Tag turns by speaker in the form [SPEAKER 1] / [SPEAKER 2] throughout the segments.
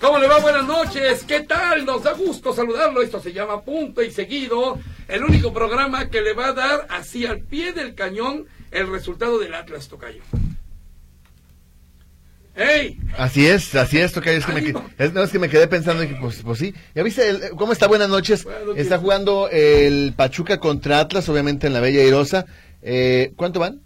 [SPEAKER 1] ¿Cómo le va? Buenas noches. ¿Qué tal? Nos da gusto saludarlo. Esto se llama Punto y Seguido. El único programa que le va a dar así al pie del cañón el resultado del Atlas Tocayo. ¡Ey!
[SPEAKER 2] Así es, así es, Tocayo. Es que, me,
[SPEAKER 1] Ánimo.
[SPEAKER 2] es, no, es que me quedé pensando en que, pues, pues sí. ¿Ya viste el- cómo está? Buenas noches.
[SPEAKER 1] Buenas noches.
[SPEAKER 2] Está jugando el Pachuca contra Atlas, obviamente en la Bella Irosa. Eh, ¿Cuánto van?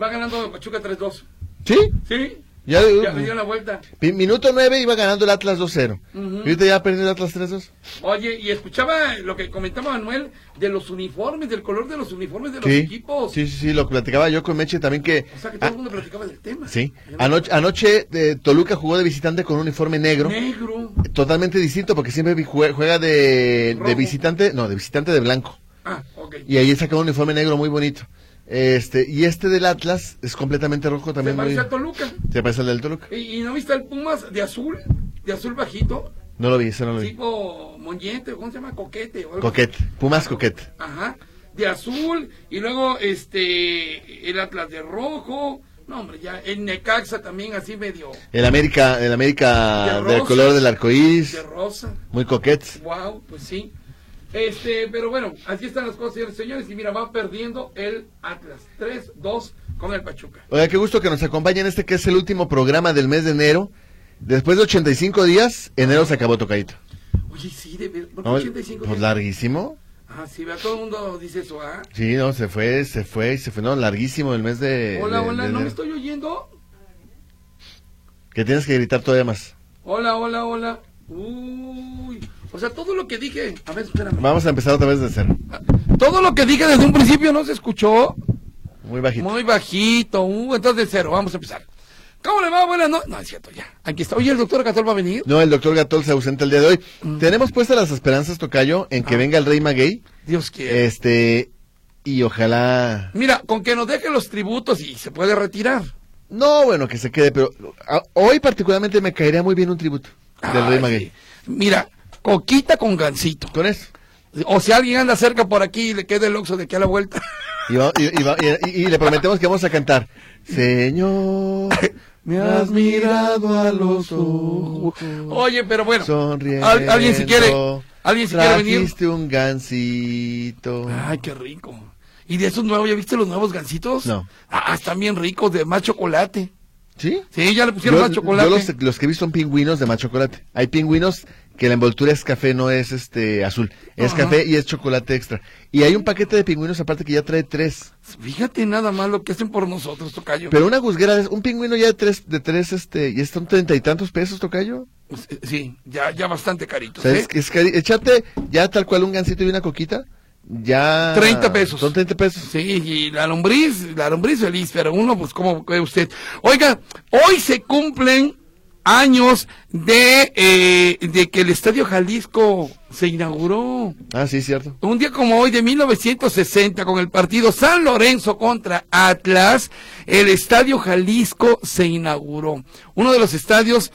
[SPEAKER 1] Va ganando Pachuca 3-2.
[SPEAKER 2] ¿Sí?
[SPEAKER 1] ¿Sí?
[SPEAKER 2] Ya, uh,
[SPEAKER 1] Ya me dio la vuelta.
[SPEAKER 2] pi- Minuto 9 iba ganando el Atlas 2-0. Y ahorita ya perdió el Atlas 3-2.
[SPEAKER 1] Oye, y escuchaba lo que comentaba Manuel de los uniformes, del color de los uniformes de los
[SPEAKER 2] Sí.
[SPEAKER 1] equipos.
[SPEAKER 2] sí, sí, sí, lo platicaba yo con Meche también que...
[SPEAKER 1] O sea que todo el
[SPEAKER 2] ah,
[SPEAKER 1] mundo platicaba del tema.
[SPEAKER 2] sí,
[SPEAKER 1] Era
[SPEAKER 2] anoche, anoche eh, Toluca jugó de visitante con un uniforme negro.
[SPEAKER 1] Negro.
[SPEAKER 2] Totalmente distinto porque siempre vi- jue- juega de, de
[SPEAKER 1] Rojo.
[SPEAKER 2] visitante, no, de visitante de blanco.
[SPEAKER 1] Ah, ok.
[SPEAKER 2] Y ahí saca un uniforme negro muy bonito. Este, y este del Atlas es completamente rojo
[SPEAKER 1] Se
[SPEAKER 2] también. muy-
[SPEAKER 1] parece a Toluca.
[SPEAKER 2] Se parece al del Toluca.
[SPEAKER 1] ¿Y, y no viste el Pumas de azul? De azul bajito.
[SPEAKER 2] No lo vi, ese no lo
[SPEAKER 1] pues,
[SPEAKER 2] vi.
[SPEAKER 1] Tipo Moñete, ¿cómo se llama? Coquete. o algo
[SPEAKER 2] Coquete, Pumas Coquete.
[SPEAKER 1] así. Ajá. De azul. Y luego este el Atlas de rojo. No, hombre, ya. El Necaxa también así medio
[SPEAKER 2] El América, el América
[SPEAKER 1] De rosa.
[SPEAKER 2] del Ah, color del arcoíris,
[SPEAKER 1] de rosa.
[SPEAKER 2] muy coquete.
[SPEAKER 1] Wow, pues sí. Este, pero bueno, así están las cosas, señores y señores. Y mira, va perdiendo el Atlas. 3-2 con el Pachuca.
[SPEAKER 2] Oiga, qué gusto que nos acompañen este que es el último programa del mes de enero. Después de 85 días, enero se acabó tocadito.
[SPEAKER 1] Oye, sí, de ver. ¿Por qué
[SPEAKER 2] ¿No?
[SPEAKER 1] 85
[SPEAKER 2] Pues
[SPEAKER 1] días?
[SPEAKER 2] larguísimo.
[SPEAKER 1] Ah, sí, vea, todo el mundo dice eso, ¿ah?
[SPEAKER 2] Sí, no, se fue, se fue, se fue, no, larguísimo el mes de.
[SPEAKER 1] Hola,
[SPEAKER 2] de-
[SPEAKER 1] hola,
[SPEAKER 2] de
[SPEAKER 1] ¿no me
[SPEAKER 2] enero.
[SPEAKER 1] estoy oyendo?
[SPEAKER 2] Que tienes que gritar todavía más.
[SPEAKER 1] Hola, hola, hola. Uy. O sea, todo lo que dije. A ver, espérame.
[SPEAKER 2] Vamos a empezar otra vez de cero.
[SPEAKER 1] Todo lo que dije desde un principio no se escuchó.
[SPEAKER 2] Muy bajito.
[SPEAKER 1] Muy bajito. Uh, entonces, cero. Vamos a empezar. ¿Cómo le va? Buenas noches. No, es cierto, ya. Aquí está. Oye, el doctor Gatel va a venir.
[SPEAKER 2] No, el doctor Gatol se ausenta el día de hoy. Tenemos puestas las esperanzas, Tocayo, en que venga el Rey Maguey.
[SPEAKER 1] Dios quiere.
[SPEAKER 2] Este, y ojalá.
[SPEAKER 1] Mira, con que nos deje los tributos y se puede retirar.
[SPEAKER 2] No, bueno, que se quede, pero a- hoy particularmente me caería muy bien un tributo del Rey
[SPEAKER 1] Ay,
[SPEAKER 2] Maguey.
[SPEAKER 1] Mira, coquita con gancito.
[SPEAKER 2] Con eso.
[SPEAKER 1] O si alguien anda cerca por aquí y le queda el oxo de aquí a la vuelta.
[SPEAKER 2] Y, va- y- y va- y- y- y le prometemos que vamos a cantar. Señor, me has mirado a los ojos.
[SPEAKER 1] Oye, pero bueno.
[SPEAKER 2] Sonriendo.
[SPEAKER 1] al- alguien si quiere. Alguien si quiere venir.
[SPEAKER 2] Trajiste un gansito.
[SPEAKER 1] Ay, qué rico. ¿Y de esos nuevos? ¿Ya viste los nuevos gancitos?
[SPEAKER 2] No.
[SPEAKER 1] Ah, están bien ricos, de más chocolate.
[SPEAKER 2] ¿Sí?
[SPEAKER 1] Sí, ya le
[SPEAKER 2] Yo,
[SPEAKER 1] pusieron más chocolate.
[SPEAKER 2] yo los, los que he visto son pingüinos de más chocolate. Hay pingüinos que la envoltura es café, no es este azul. Es
[SPEAKER 1] Ajá.
[SPEAKER 2] café y es chocolate extra. Y hay un paquete de pingüinos aparte que ya trae tres.
[SPEAKER 1] Fíjate nada más lo que hacen por nosotros, Tocayo.
[SPEAKER 2] Pero una guzguera, es- un pingüino ya de tres, de tres, este, y están treinta y tantos pesos, tocayo.
[SPEAKER 1] Pues, eh, Sí, ya, ya bastante ¿eh? carito.
[SPEAKER 2] O sea, es, es que echarte ya tal cual un gansito y una coquita, ya.
[SPEAKER 1] 30 pesos.
[SPEAKER 2] Son 30 pesos.
[SPEAKER 1] Sí, y la lombriz, la lombriz feliz, pero uno, pues, ¿cómo ve usted? Oiga, hoy se cumplen años de, eh, de que el Estadio Jalisco se inauguró.
[SPEAKER 2] Ah, sí, cierto.
[SPEAKER 1] Un día como hoy de 1960, con el partido San Lorenzo contra Atlas, el Estadio Jalisco se inauguró. Uno de los estadios,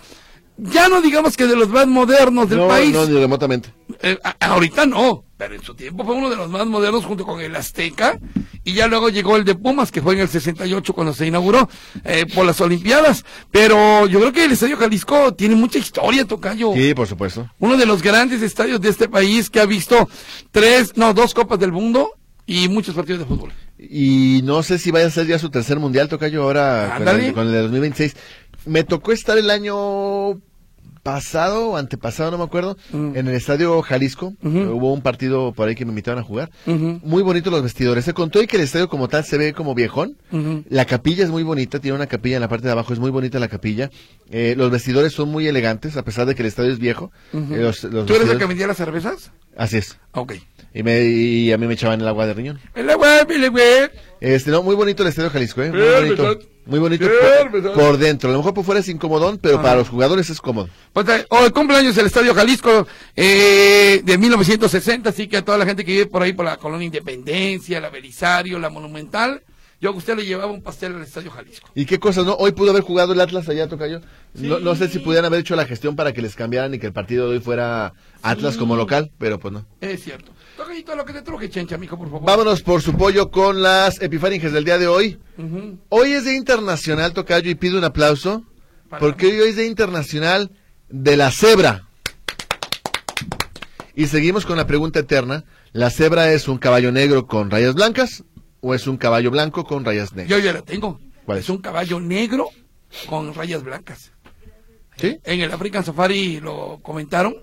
[SPEAKER 1] ya no digamos que de los más modernos del
[SPEAKER 2] no,
[SPEAKER 1] país.
[SPEAKER 2] no, ni remotamente.
[SPEAKER 1] Eh, a- ahorita no, pero en su tiempo fue uno de los más modernos junto con el Azteca y ya luego llegó el de Pumas que fue en el 68 cuando se inauguró eh, por las Olimpiadas, pero yo creo que el Estadio Jalisco tiene mucha historia, Tocayo.
[SPEAKER 2] Sí, por supuesto.
[SPEAKER 1] Uno de los grandes estadios de este país que ha visto tres, no, dos copas del mundo y muchos partidos de fútbol.
[SPEAKER 2] Y no sé si vaya a ser ya su tercer mundial, Tocayo, ahora con
[SPEAKER 1] Ándale.
[SPEAKER 2] el, con el de 2026. Me tocó estar el año pasado o antepasado, no me acuerdo,
[SPEAKER 1] Mm.
[SPEAKER 2] en el estadio Jalisco. Hubo un partido por ahí que me invitaron a jugar.
[SPEAKER 1] Ujú.
[SPEAKER 2] Muy bonitos los vestidores. Se contó y que el estadio como tal se ve como viejón.
[SPEAKER 1] Ujú.
[SPEAKER 2] La capilla es muy bonita, tiene una capilla en la parte de abajo, es muy bonita la capilla. Eh, los vestidores son muy elegantes, a pesar de que el estadio es viejo. Eh, los- los
[SPEAKER 1] ¿Tú eres el
[SPEAKER 2] vestidores-
[SPEAKER 1] que vendía las cervezas?
[SPEAKER 2] Así es.
[SPEAKER 1] Ah, Ok.
[SPEAKER 2] Y, me, y a mí me echaban el agua de riñón.
[SPEAKER 1] El agua, el agua.
[SPEAKER 2] Este, no, muy bonito el Estadio Jalisco, ¿eh? Muy
[SPEAKER 1] Bien,
[SPEAKER 2] bonito.
[SPEAKER 1] Besat.
[SPEAKER 2] Muy bonito
[SPEAKER 1] Bien,
[SPEAKER 2] por,
[SPEAKER 1] Besat.
[SPEAKER 2] por dentro. A lo mejor por fuera es incomodón, pero para los jugadores es cómodo.
[SPEAKER 1] Pues, eh, hoy cumpleaños el Estadio Jalisco eh, de 1960, así que a toda la gente que vive por ahí, por la Colonia Independencia, la Belisario, la Monumental, yo a usted le llevaba un pastel al Estadio Jalisco.
[SPEAKER 2] ¿Y qué cosas, no? Hoy pudo haber jugado el Atlas allá, Tocayo. No, no sé si pudieran haber hecho la gestión para que les cambiaran y que el partido de hoy fuera Atlas como local, pero pues no.
[SPEAKER 1] Es cierto. Tocayito, lo que te truje, chencha, mijo, por favor.
[SPEAKER 2] Vámonos por su pollo con las epifaringes del día de hoy.
[SPEAKER 1] Ujú.
[SPEAKER 2] Hoy es de internacional, Tocayo, y pido un aplauso.
[SPEAKER 1] Para
[SPEAKER 2] Porque hoy es de internacional de la cebra. Y seguimos con la pregunta eterna. ¿La cebra es un caballo negro con rayas blancas o es un caballo blanco con rayas negras?
[SPEAKER 1] Yo ya la tengo.
[SPEAKER 2] ¿Cuál es?
[SPEAKER 1] es un caballo negro con rayas blancas.
[SPEAKER 2] ¿Sí?
[SPEAKER 1] En el African Safari lo comentaron.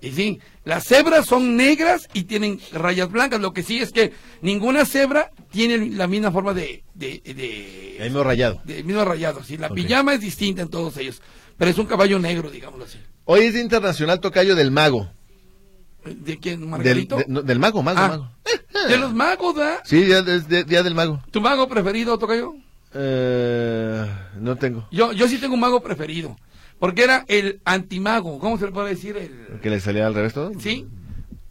[SPEAKER 1] Y sí, las cebras son negras y tienen rayas blancas. Lo que sí es que ninguna cebra tiene la misma forma de, de, de-
[SPEAKER 2] Ahí me he rayado.
[SPEAKER 1] de mismo rayado. Sí, la
[SPEAKER 2] Ok.
[SPEAKER 1] pijama es distinta en todos ellos. Pero es un caballo negro, digámoslo así.
[SPEAKER 2] Hoy es de internacional tocayo del mago.
[SPEAKER 1] ¿De quién?
[SPEAKER 2] Del,
[SPEAKER 1] ¿Margarito?
[SPEAKER 2] de- no, del mago, mago,
[SPEAKER 1] Ah.
[SPEAKER 2] mago.
[SPEAKER 1] De los magos, ¿da?
[SPEAKER 2] Sí, día, es de- día del mago.
[SPEAKER 1] ¿Tu mago preferido, Tocayo?
[SPEAKER 2] Eh, no tengo.
[SPEAKER 1] Yo, yo sí tengo un mago preferido. Porque era el antimago. ¿Cómo se le puede decir? El...
[SPEAKER 2] ¿Que le salía al revés todo?
[SPEAKER 1] ¿Sí?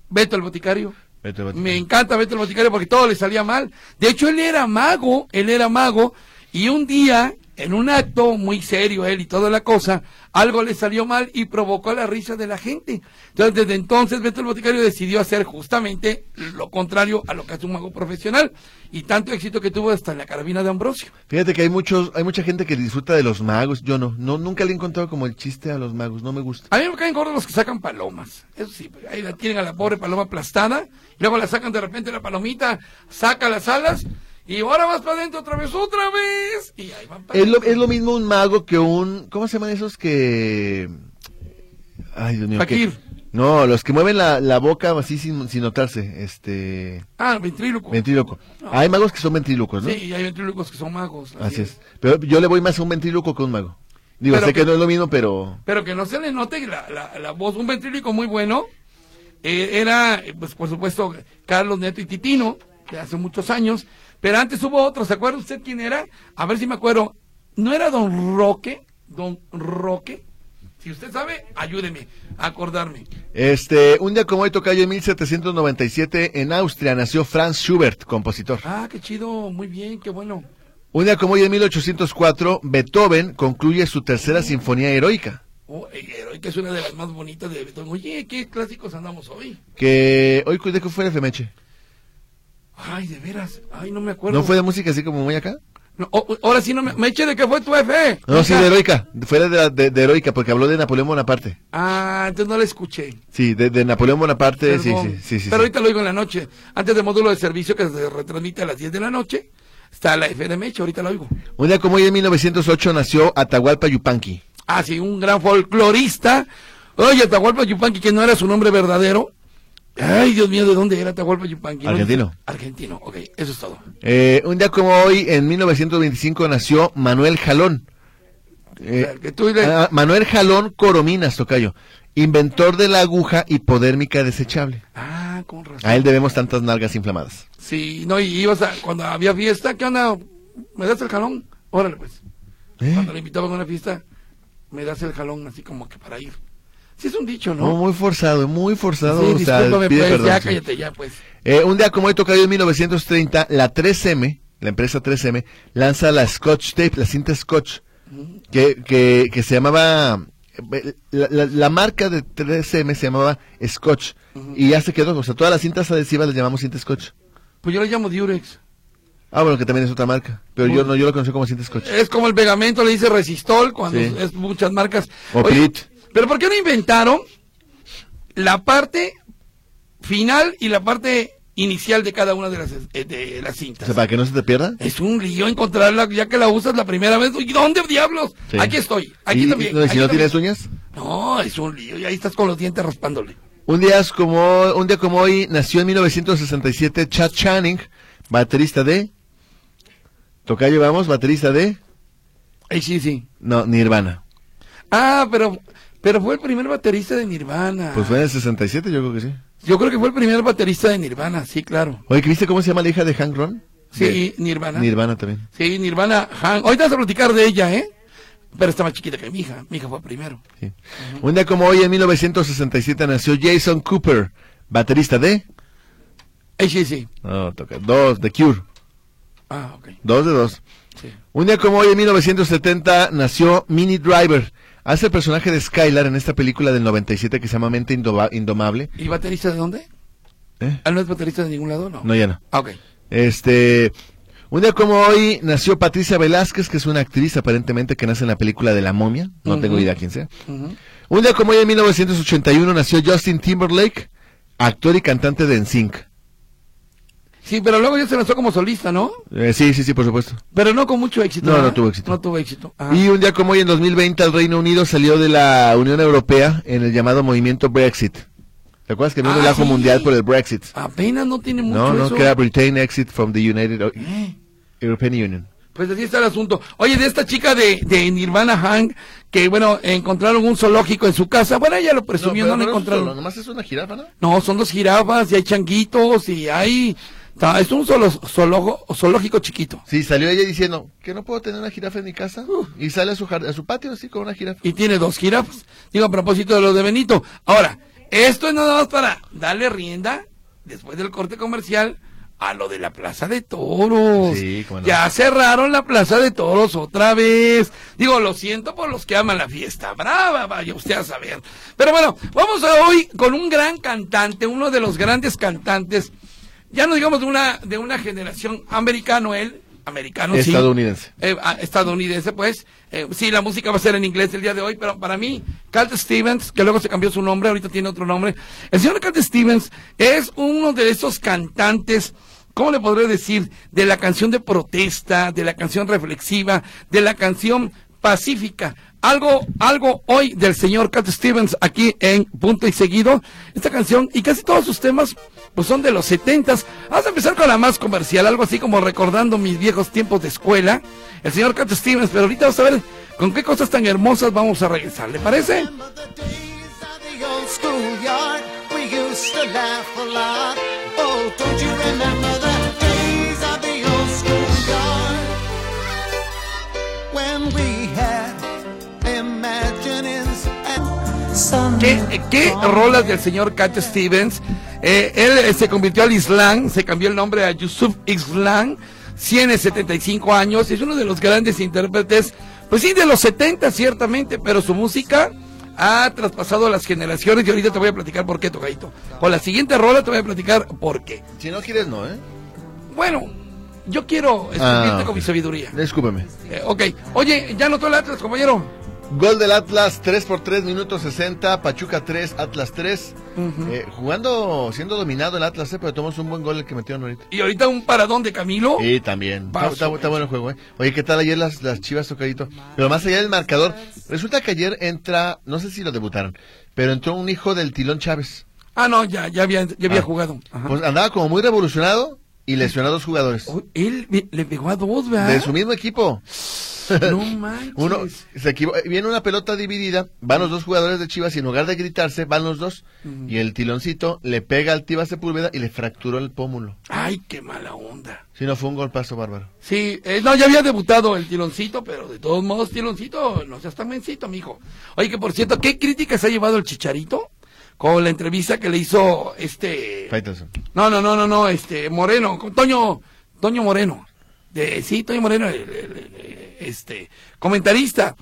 [SPEAKER 1] Beto el boticario.
[SPEAKER 2] Vete, vete.
[SPEAKER 1] Me encanta Beto el Boticario porque todo le salía mal. De hecho, él era mago, él era mago, y un día, en un acto muy serio él y toda la cosa, algo le salió mal y provocó la risa de la gente. Entonces, desde entonces, Beto el Boticario decidió hacer justamente lo contrario a lo que hace un mago profesional, y tanto éxito que tuvo hasta en la carabina de Ambrosio.
[SPEAKER 2] Fíjate que hay muchos, hay mucha gente que disfruta de los magos. Yo no, no, nunca le he encontrado como el chiste a los magos. No me gusta.
[SPEAKER 1] A mí me caen gordos los que sacan palomas. Eso sí, pues, ahí la tienen a la pobre paloma aplastada. Y luego la sacan de repente la palomita, saca las alas. Y ahora vas para adentro otra vez, otra vez. Y ahí van para
[SPEAKER 2] Es lo, es lo mismo un mago que un, ¿cómo se llaman esos que? Ay, Dios mío. que-
[SPEAKER 1] Fakir.
[SPEAKER 2] No, los que mueven la, la boca así sin, sin notarse, este,
[SPEAKER 1] Ah, ventríloco.
[SPEAKER 2] ventríloco. Hay magos que son ventrílocos, ¿no?
[SPEAKER 1] Sí, y hay ventrílocos que son magos.
[SPEAKER 2] Así es. Pero yo le voy más a un ventríloco que a un mago. Digo,
[SPEAKER 1] Pero
[SPEAKER 2] sé que...
[SPEAKER 1] que-
[SPEAKER 2] no es lo mismo, pero
[SPEAKER 1] Pero que no se le note la, la, la voz. Un ventríloco muy bueno. eh, era, eh, pues por supuesto, Carlos Neto y Titino, de hace muchos años. Pero antes hubo otro, ¿se acuerda usted quién era? A ver si me acuerdo. ¿No era Don Roque? Don Roque. Si usted sabe, ayúdeme a acordarme.
[SPEAKER 2] este, un día como hoy tocayo en 1797 en Austria nació Franz Schubert, compositor.
[SPEAKER 1] Ah, qué chido, muy bien, qué bueno.
[SPEAKER 2] Un día como hoy en 1804 Beethoven concluye su tercera sinfonía heroica,
[SPEAKER 1] Oh, eh, Heroica es una de las más bonitas de Beethoven. Oye, ¿qué clásicos andamos hoy?
[SPEAKER 2] que hoy cuidé que fue de Femeche.
[SPEAKER 1] Ay, de veras, ay, no me acuerdo.
[SPEAKER 2] ¿No fue de música así como muy acá?
[SPEAKER 1] No, o- o- ahora sí no me, me eche de que fue tu F.
[SPEAKER 2] No, sí, de heroica. Fue de, la- de- de heroica, porque habló de Napoleón Bonaparte.
[SPEAKER 1] Ah, entonces no la escuché.
[SPEAKER 2] Sí, de, de Napoleón Bonaparte, sí,
[SPEAKER 1] Perdón.
[SPEAKER 2] sí, sí, sí.
[SPEAKER 1] Pero
[SPEAKER 2] sí.
[SPEAKER 1] ahorita lo oigo en la noche. Antes del módulo de servicio que se retransmite a las 10 de la noche, está la F de Meche, ahorita lo oigo.
[SPEAKER 2] Un día como hoy en 1908 nació Atahualpa Yupanqui.
[SPEAKER 1] Ah, sí, un gran folclorista. Oye, Atahualpa Yupanqui, que no era su nombre verdadero. Ay, Dios mío, ¿de dónde era Atahualpa Yupanqui? No,
[SPEAKER 2] Argentino.
[SPEAKER 1] Argentino, ok, eso es todo.
[SPEAKER 2] Eh, un día como hoy, en 1925, nació Manuel Jalón. Eh,
[SPEAKER 1] O sea, que tú le-
[SPEAKER 2] ah, Manuel Jalón Corominas, Tocayo. Inventor de la aguja hipodérmica desechable.
[SPEAKER 1] Ah, con razón.
[SPEAKER 2] A él debemos tantas nalgas inflamadas.
[SPEAKER 1] Sí, no, y ibas a, cuando había fiesta, ¿qué onda? ¿Me das el jalón? Órale, pues.
[SPEAKER 2] ¿Eh?
[SPEAKER 1] Cuando le invitaban a una fiesta, me das el jalón así como que para ir. Sí, es un dicho,
[SPEAKER 2] No,
[SPEAKER 1] ¿no?
[SPEAKER 2] muy forzado, muy forzado.
[SPEAKER 1] sí,
[SPEAKER 2] o sea,
[SPEAKER 1] discúlpame,
[SPEAKER 2] pide
[SPEAKER 1] pues,
[SPEAKER 2] perdón,
[SPEAKER 1] ya
[SPEAKER 2] sí.
[SPEAKER 1] cállate, ya, pues.
[SPEAKER 2] Eh, un día como hoy, Tocayo, en 1930, la 3M, la empresa 3M, lanza la Scotch Tape, la cinta Scotch, que, que, que se llamaba... eh, La, la- la marca de 3M se llamaba Scotch y ya se quedó. O sea, todas las cintas adhesivas las llamamos cinta Scotch.
[SPEAKER 1] Pues yo le llamo Durex.
[SPEAKER 2] Ah, bueno, que también es otra marca. Pero yo no, yo lo conocí como cinta Scotch.
[SPEAKER 1] Es como el pegamento, le dice resistol, cuando
[SPEAKER 2] Pues. Sí.
[SPEAKER 1] es muchas marcas.
[SPEAKER 2] O
[SPEAKER 1] Oye,
[SPEAKER 2] Pirit.
[SPEAKER 1] Pero ¿por qué no inventaron la parte final y la parte inicial de cada una de las, eh, de las
[SPEAKER 2] O
[SPEAKER 1] cintas?
[SPEAKER 2] sea, para que no se te pierda.
[SPEAKER 1] Es un lío encontrarla ya que la usas la primera vez. ¿Y dónde diablos?
[SPEAKER 2] Sí.
[SPEAKER 1] Aquí estoy. Aquí
[SPEAKER 2] Y- y-
[SPEAKER 1] también.
[SPEAKER 2] no, y si
[SPEAKER 1] aquí
[SPEAKER 2] no
[SPEAKER 1] también.
[SPEAKER 2] tienes uñas.
[SPEAKER 1] No, es un lío. Y ahí estás con los dientes raspándole.
[SPEAKER 2] Un día es como, un día como hoy nació en 1967 Chad Channing, baterista de. Toca llevamos, baterista de.
[SPEAKER 1] Ahí sí, sí.
[SPEAKER 2] No, Nirvana.
[SPEAKER 1] Ah, pero, pero fue el primer baterista de Nirvana.
[SPEAKER 2] Pues fue en el 67, yo creo que sí.
[SPEAKER 1] Yo creo que fue el primer baterista de Nirvana, sí, claro.
[SPEAKER 2] Oye, ¿que ¿viste cómo se llama la hija de Hank Ron?
[SPEAKER 1] Sí, Nirvana.
[SPEAKER 2] Nirvana también.
[SPEAKER 1] Sí, Nirvana Han. Ahorita vas a platicar de ella, ¿eh? Pero está más chiquita que mi hija. Mi hija fue primero.
[SPEAKER 2] sí. Un día como hoy, en 1967, nació Jason Cooper, baterista de.
[SPEAKER 1] Ay, Eh, sí, sí.
[SPEAKER 2] No, toca. Dos, The Cure.
[SPEAKER 1] Ah, ok.
[SPEAKER 2] Dos de dos.
[SPEAKER 1] Sí.
[SPEAKER 2] Un día como hoy, en 1970, nació Mini Driver. Hace el personaje de Skylar en esta película del 97 que se llama Mente Indova- Indomable.
[SPEAKER 1] ¿Y baterista de dónde?
[SPEAKER 2] ¿Eh?
[SPEAKER 1] Ah, no es baterista de ningún lado, ¿no?
[SPEAKER 2] No, ya no.
[SPEAKER 1] Ah, ok.
[SPEAKER 2] Este. Un día como hoy nació Patricia Velázquez, que es una actriz aparentemente que nace en la película de La momia. No tengo
[SPEAKER 1] Ujú.
[SPEAKER 2] idea quién sea.
[SPEAKER 1] Ujú.
[SPEAKER 2] Un día como hoy, en 1981, nació Justin Timberlake, actor y cantante de NSYNC.
[SPEAKER 1] Sí, pero luego ya se lanzó como solista, ¿no?
[SPEAKER 2] Eh, sí, sí, sí, por supuesto.
[SPEAKER 1] Pero no con mucho éxito.
[SPEAKER 2] No,
[SPEAKER 1] ¿verdad?
[SPEAKER 2] no tuvo éxito.
[SPEAKER 1] No tuvo éxito. Ah, Ajá.
[SPEAKER 2] Y un día como hoy, en 2020, el Reino Unido salió de la Unión Europea en el llamado movimiento Brexit. ¿Te acuerdas que había un
[SPEAKER 1] Ah,
[SPEAKER 2] relajo
[SPEAKER 1] sí.
[SPEAKER 2] mundial por el Brexit?
[SPEAKER 1] Apenas no tiene mucho
[SPEAKER 2] No, no,
[SPEAKER 1] eso.
[SPEAKER 2] que era Britain Exit from the United O-
[SPEAKER 1] Eh,
[SPEAKER 2] European Union.
[SPEAKER 1] Pues así está el asunto. Oye, de esta chica de, de Nirvana Hank, que bueno, encontraron un zoológico en su casa. Bueno, ella lo presumió, no, la encontraron.
[SPEAKER 2] Nomás es una jirafa, ¿no?
[SPEAKER 1] No, son dos jirafas y hay changuitos y hay... ta- Es un solo zoologo- zoológico chiquito.
[SPEAKER 2] Sí, salió ella diciendo que no puedo tener una jirafa en mi casa. Y sale a su, jar- a su patio así con una jirafa.
[SPEAKER 1] Y tiene dos jirafas. Digo, a propósito de lo de Benito. Ahora, esto es nada más para darle rienda, después del corte comercial, a lo de la Plaza de Toros.
[SPEAKER 2] Sí, cómo no.
[SPEAKER 1] Ya cerraron la Plaza de Toros otra vez. Digo, lo siento por los que aman la fiesta. Brava, vaya usted a saber. Pero bueno, vamos a hoy con un gran cantante, uno de los grandes cantantes, ya no digamos de una, de una generación americano, él, americano, sí.
[SPEAKER 2] Estadounidense.
[SPEAKER 1] Eh, ah, estadounidense, pues. Eh, sí, la música va a ser en inglés el día de hoy, pero para mí, Cat Stevens, que luego se cambió su nombre, ahorita tiene otro nombre. El señor Cat Stevens es uno de esos cantantes, ¿cómo le podré decir? De la canción de protesta, de la canción reflexiva, de la canción pacífica. Algo, algo hoy del señor Cat Stevens aquí en Punto y Seguido. Esta canción y casi todos sus temas pues son de los setentas. Vamos a empezar con la más comercial, algo así como recordando mis viejos tiempos de escuela. El señor Cat Stevens, pero ahorita vamos a ver con qué cosas tan hermosas vamos a regresar. ¿Le parece?
[SPEAKER 3] Remember the days of the old schoolyard? We used to laugh a lot. Oh, don't you remember the days of the old schoolyard? When we had imaginings and some.
[SPEAKER 1] ¿Qué, qué rolas del señor Cat Stevens? Eh, él eh, se convirtió al Islam, se cambió el nombre a Yusuf Islam, tiene 75 años, es uno de los grandes intérpretes, pues sí, de los 70 ciertamente, pero su música ha traspasado las generaciones y ahorita te voy a platicar por qué, Tocaito. Con la siguiente rola te voy a platicar por qué.
[SPEAKER 2] Si no quieres, no, ¿eh?
[SPEAKER 1] Bueno, yo quiero escribirte
[SPEAKER 2] Ah,
[SPEAKER 1] con
[SPEAKER 2] ok.
[SPEAKER 1] mi sabiduría.
[SPEAKER 2] Discúlpeme.
[SPEAKER 1] Eh, ok, oye, ya notó el Atlas, compañero.
[SPEAKER 2] Gol del Atlas, 3 por 3, minuto 60. Pachuca 3, Atlas 3. Eh, jugando, siendo dominado el Atlas, ¿eh? Pero tomamos un buen gol el que metieron ahorita.
[SPEAKER 1] Y ahorita un paradón de Camilo.
[SPEAKER 2] Sí, también. Está,
[SPEAKER 1] Oh, Paso,
[SPEAKER 2] está- está bueno el juego, ¿eh? Oye, ¿qué tal ayer las, las chivas, tocadito? Pero más allá del marcador, resulta que ayer entra, no sé si lo debutaron, pero entró un hijo del Tilón Chávez.
[SPEAKER 1] Ah, no, ya, ya había, ya había
[SPEAKER 2] Ah.
[SPEAKER 1] jugado. Ajá.
[SPEAKER 2] Pues andaba como muy revolucionado y lesionó a dos jugadores.
[SPEAKER 1] Oh, él me- le pegó a dos, ¿verdad?
[SPEAKER 2] De su mismo equipo.
[SPEAKER 1] No manches.
[SPEAKER 2] Uno se equivo- eh, viene una pelota dividida, van los dos jugadores de Chivas y en lugar de gritarse, van los dos. Y el tiloncito le pega al Tiva Sepúlveda y le fracturó el pómulo.
[SPEAKER 1] Ay, qué mala onda.
[SPEAKER 2] Si no, fue un golpazo bárbaro.
[SPEAKER 1] Sí, eh, no, ya había debutado el tiloncito, pero de todos modos, tiloncito, no seas tan mencito, mijo. Oye, que por cierto, ¿qué críticas ha llevado el chicharito? Con la entrevista que le hizo este.
[SPEAKER 2] Faitelson.
[SPEAKER 1] No, no, no, no, no, este, Moreno, con Toño, Toño Moreno. De, sí, Toño Moreno, el- el- el- este, comentarista.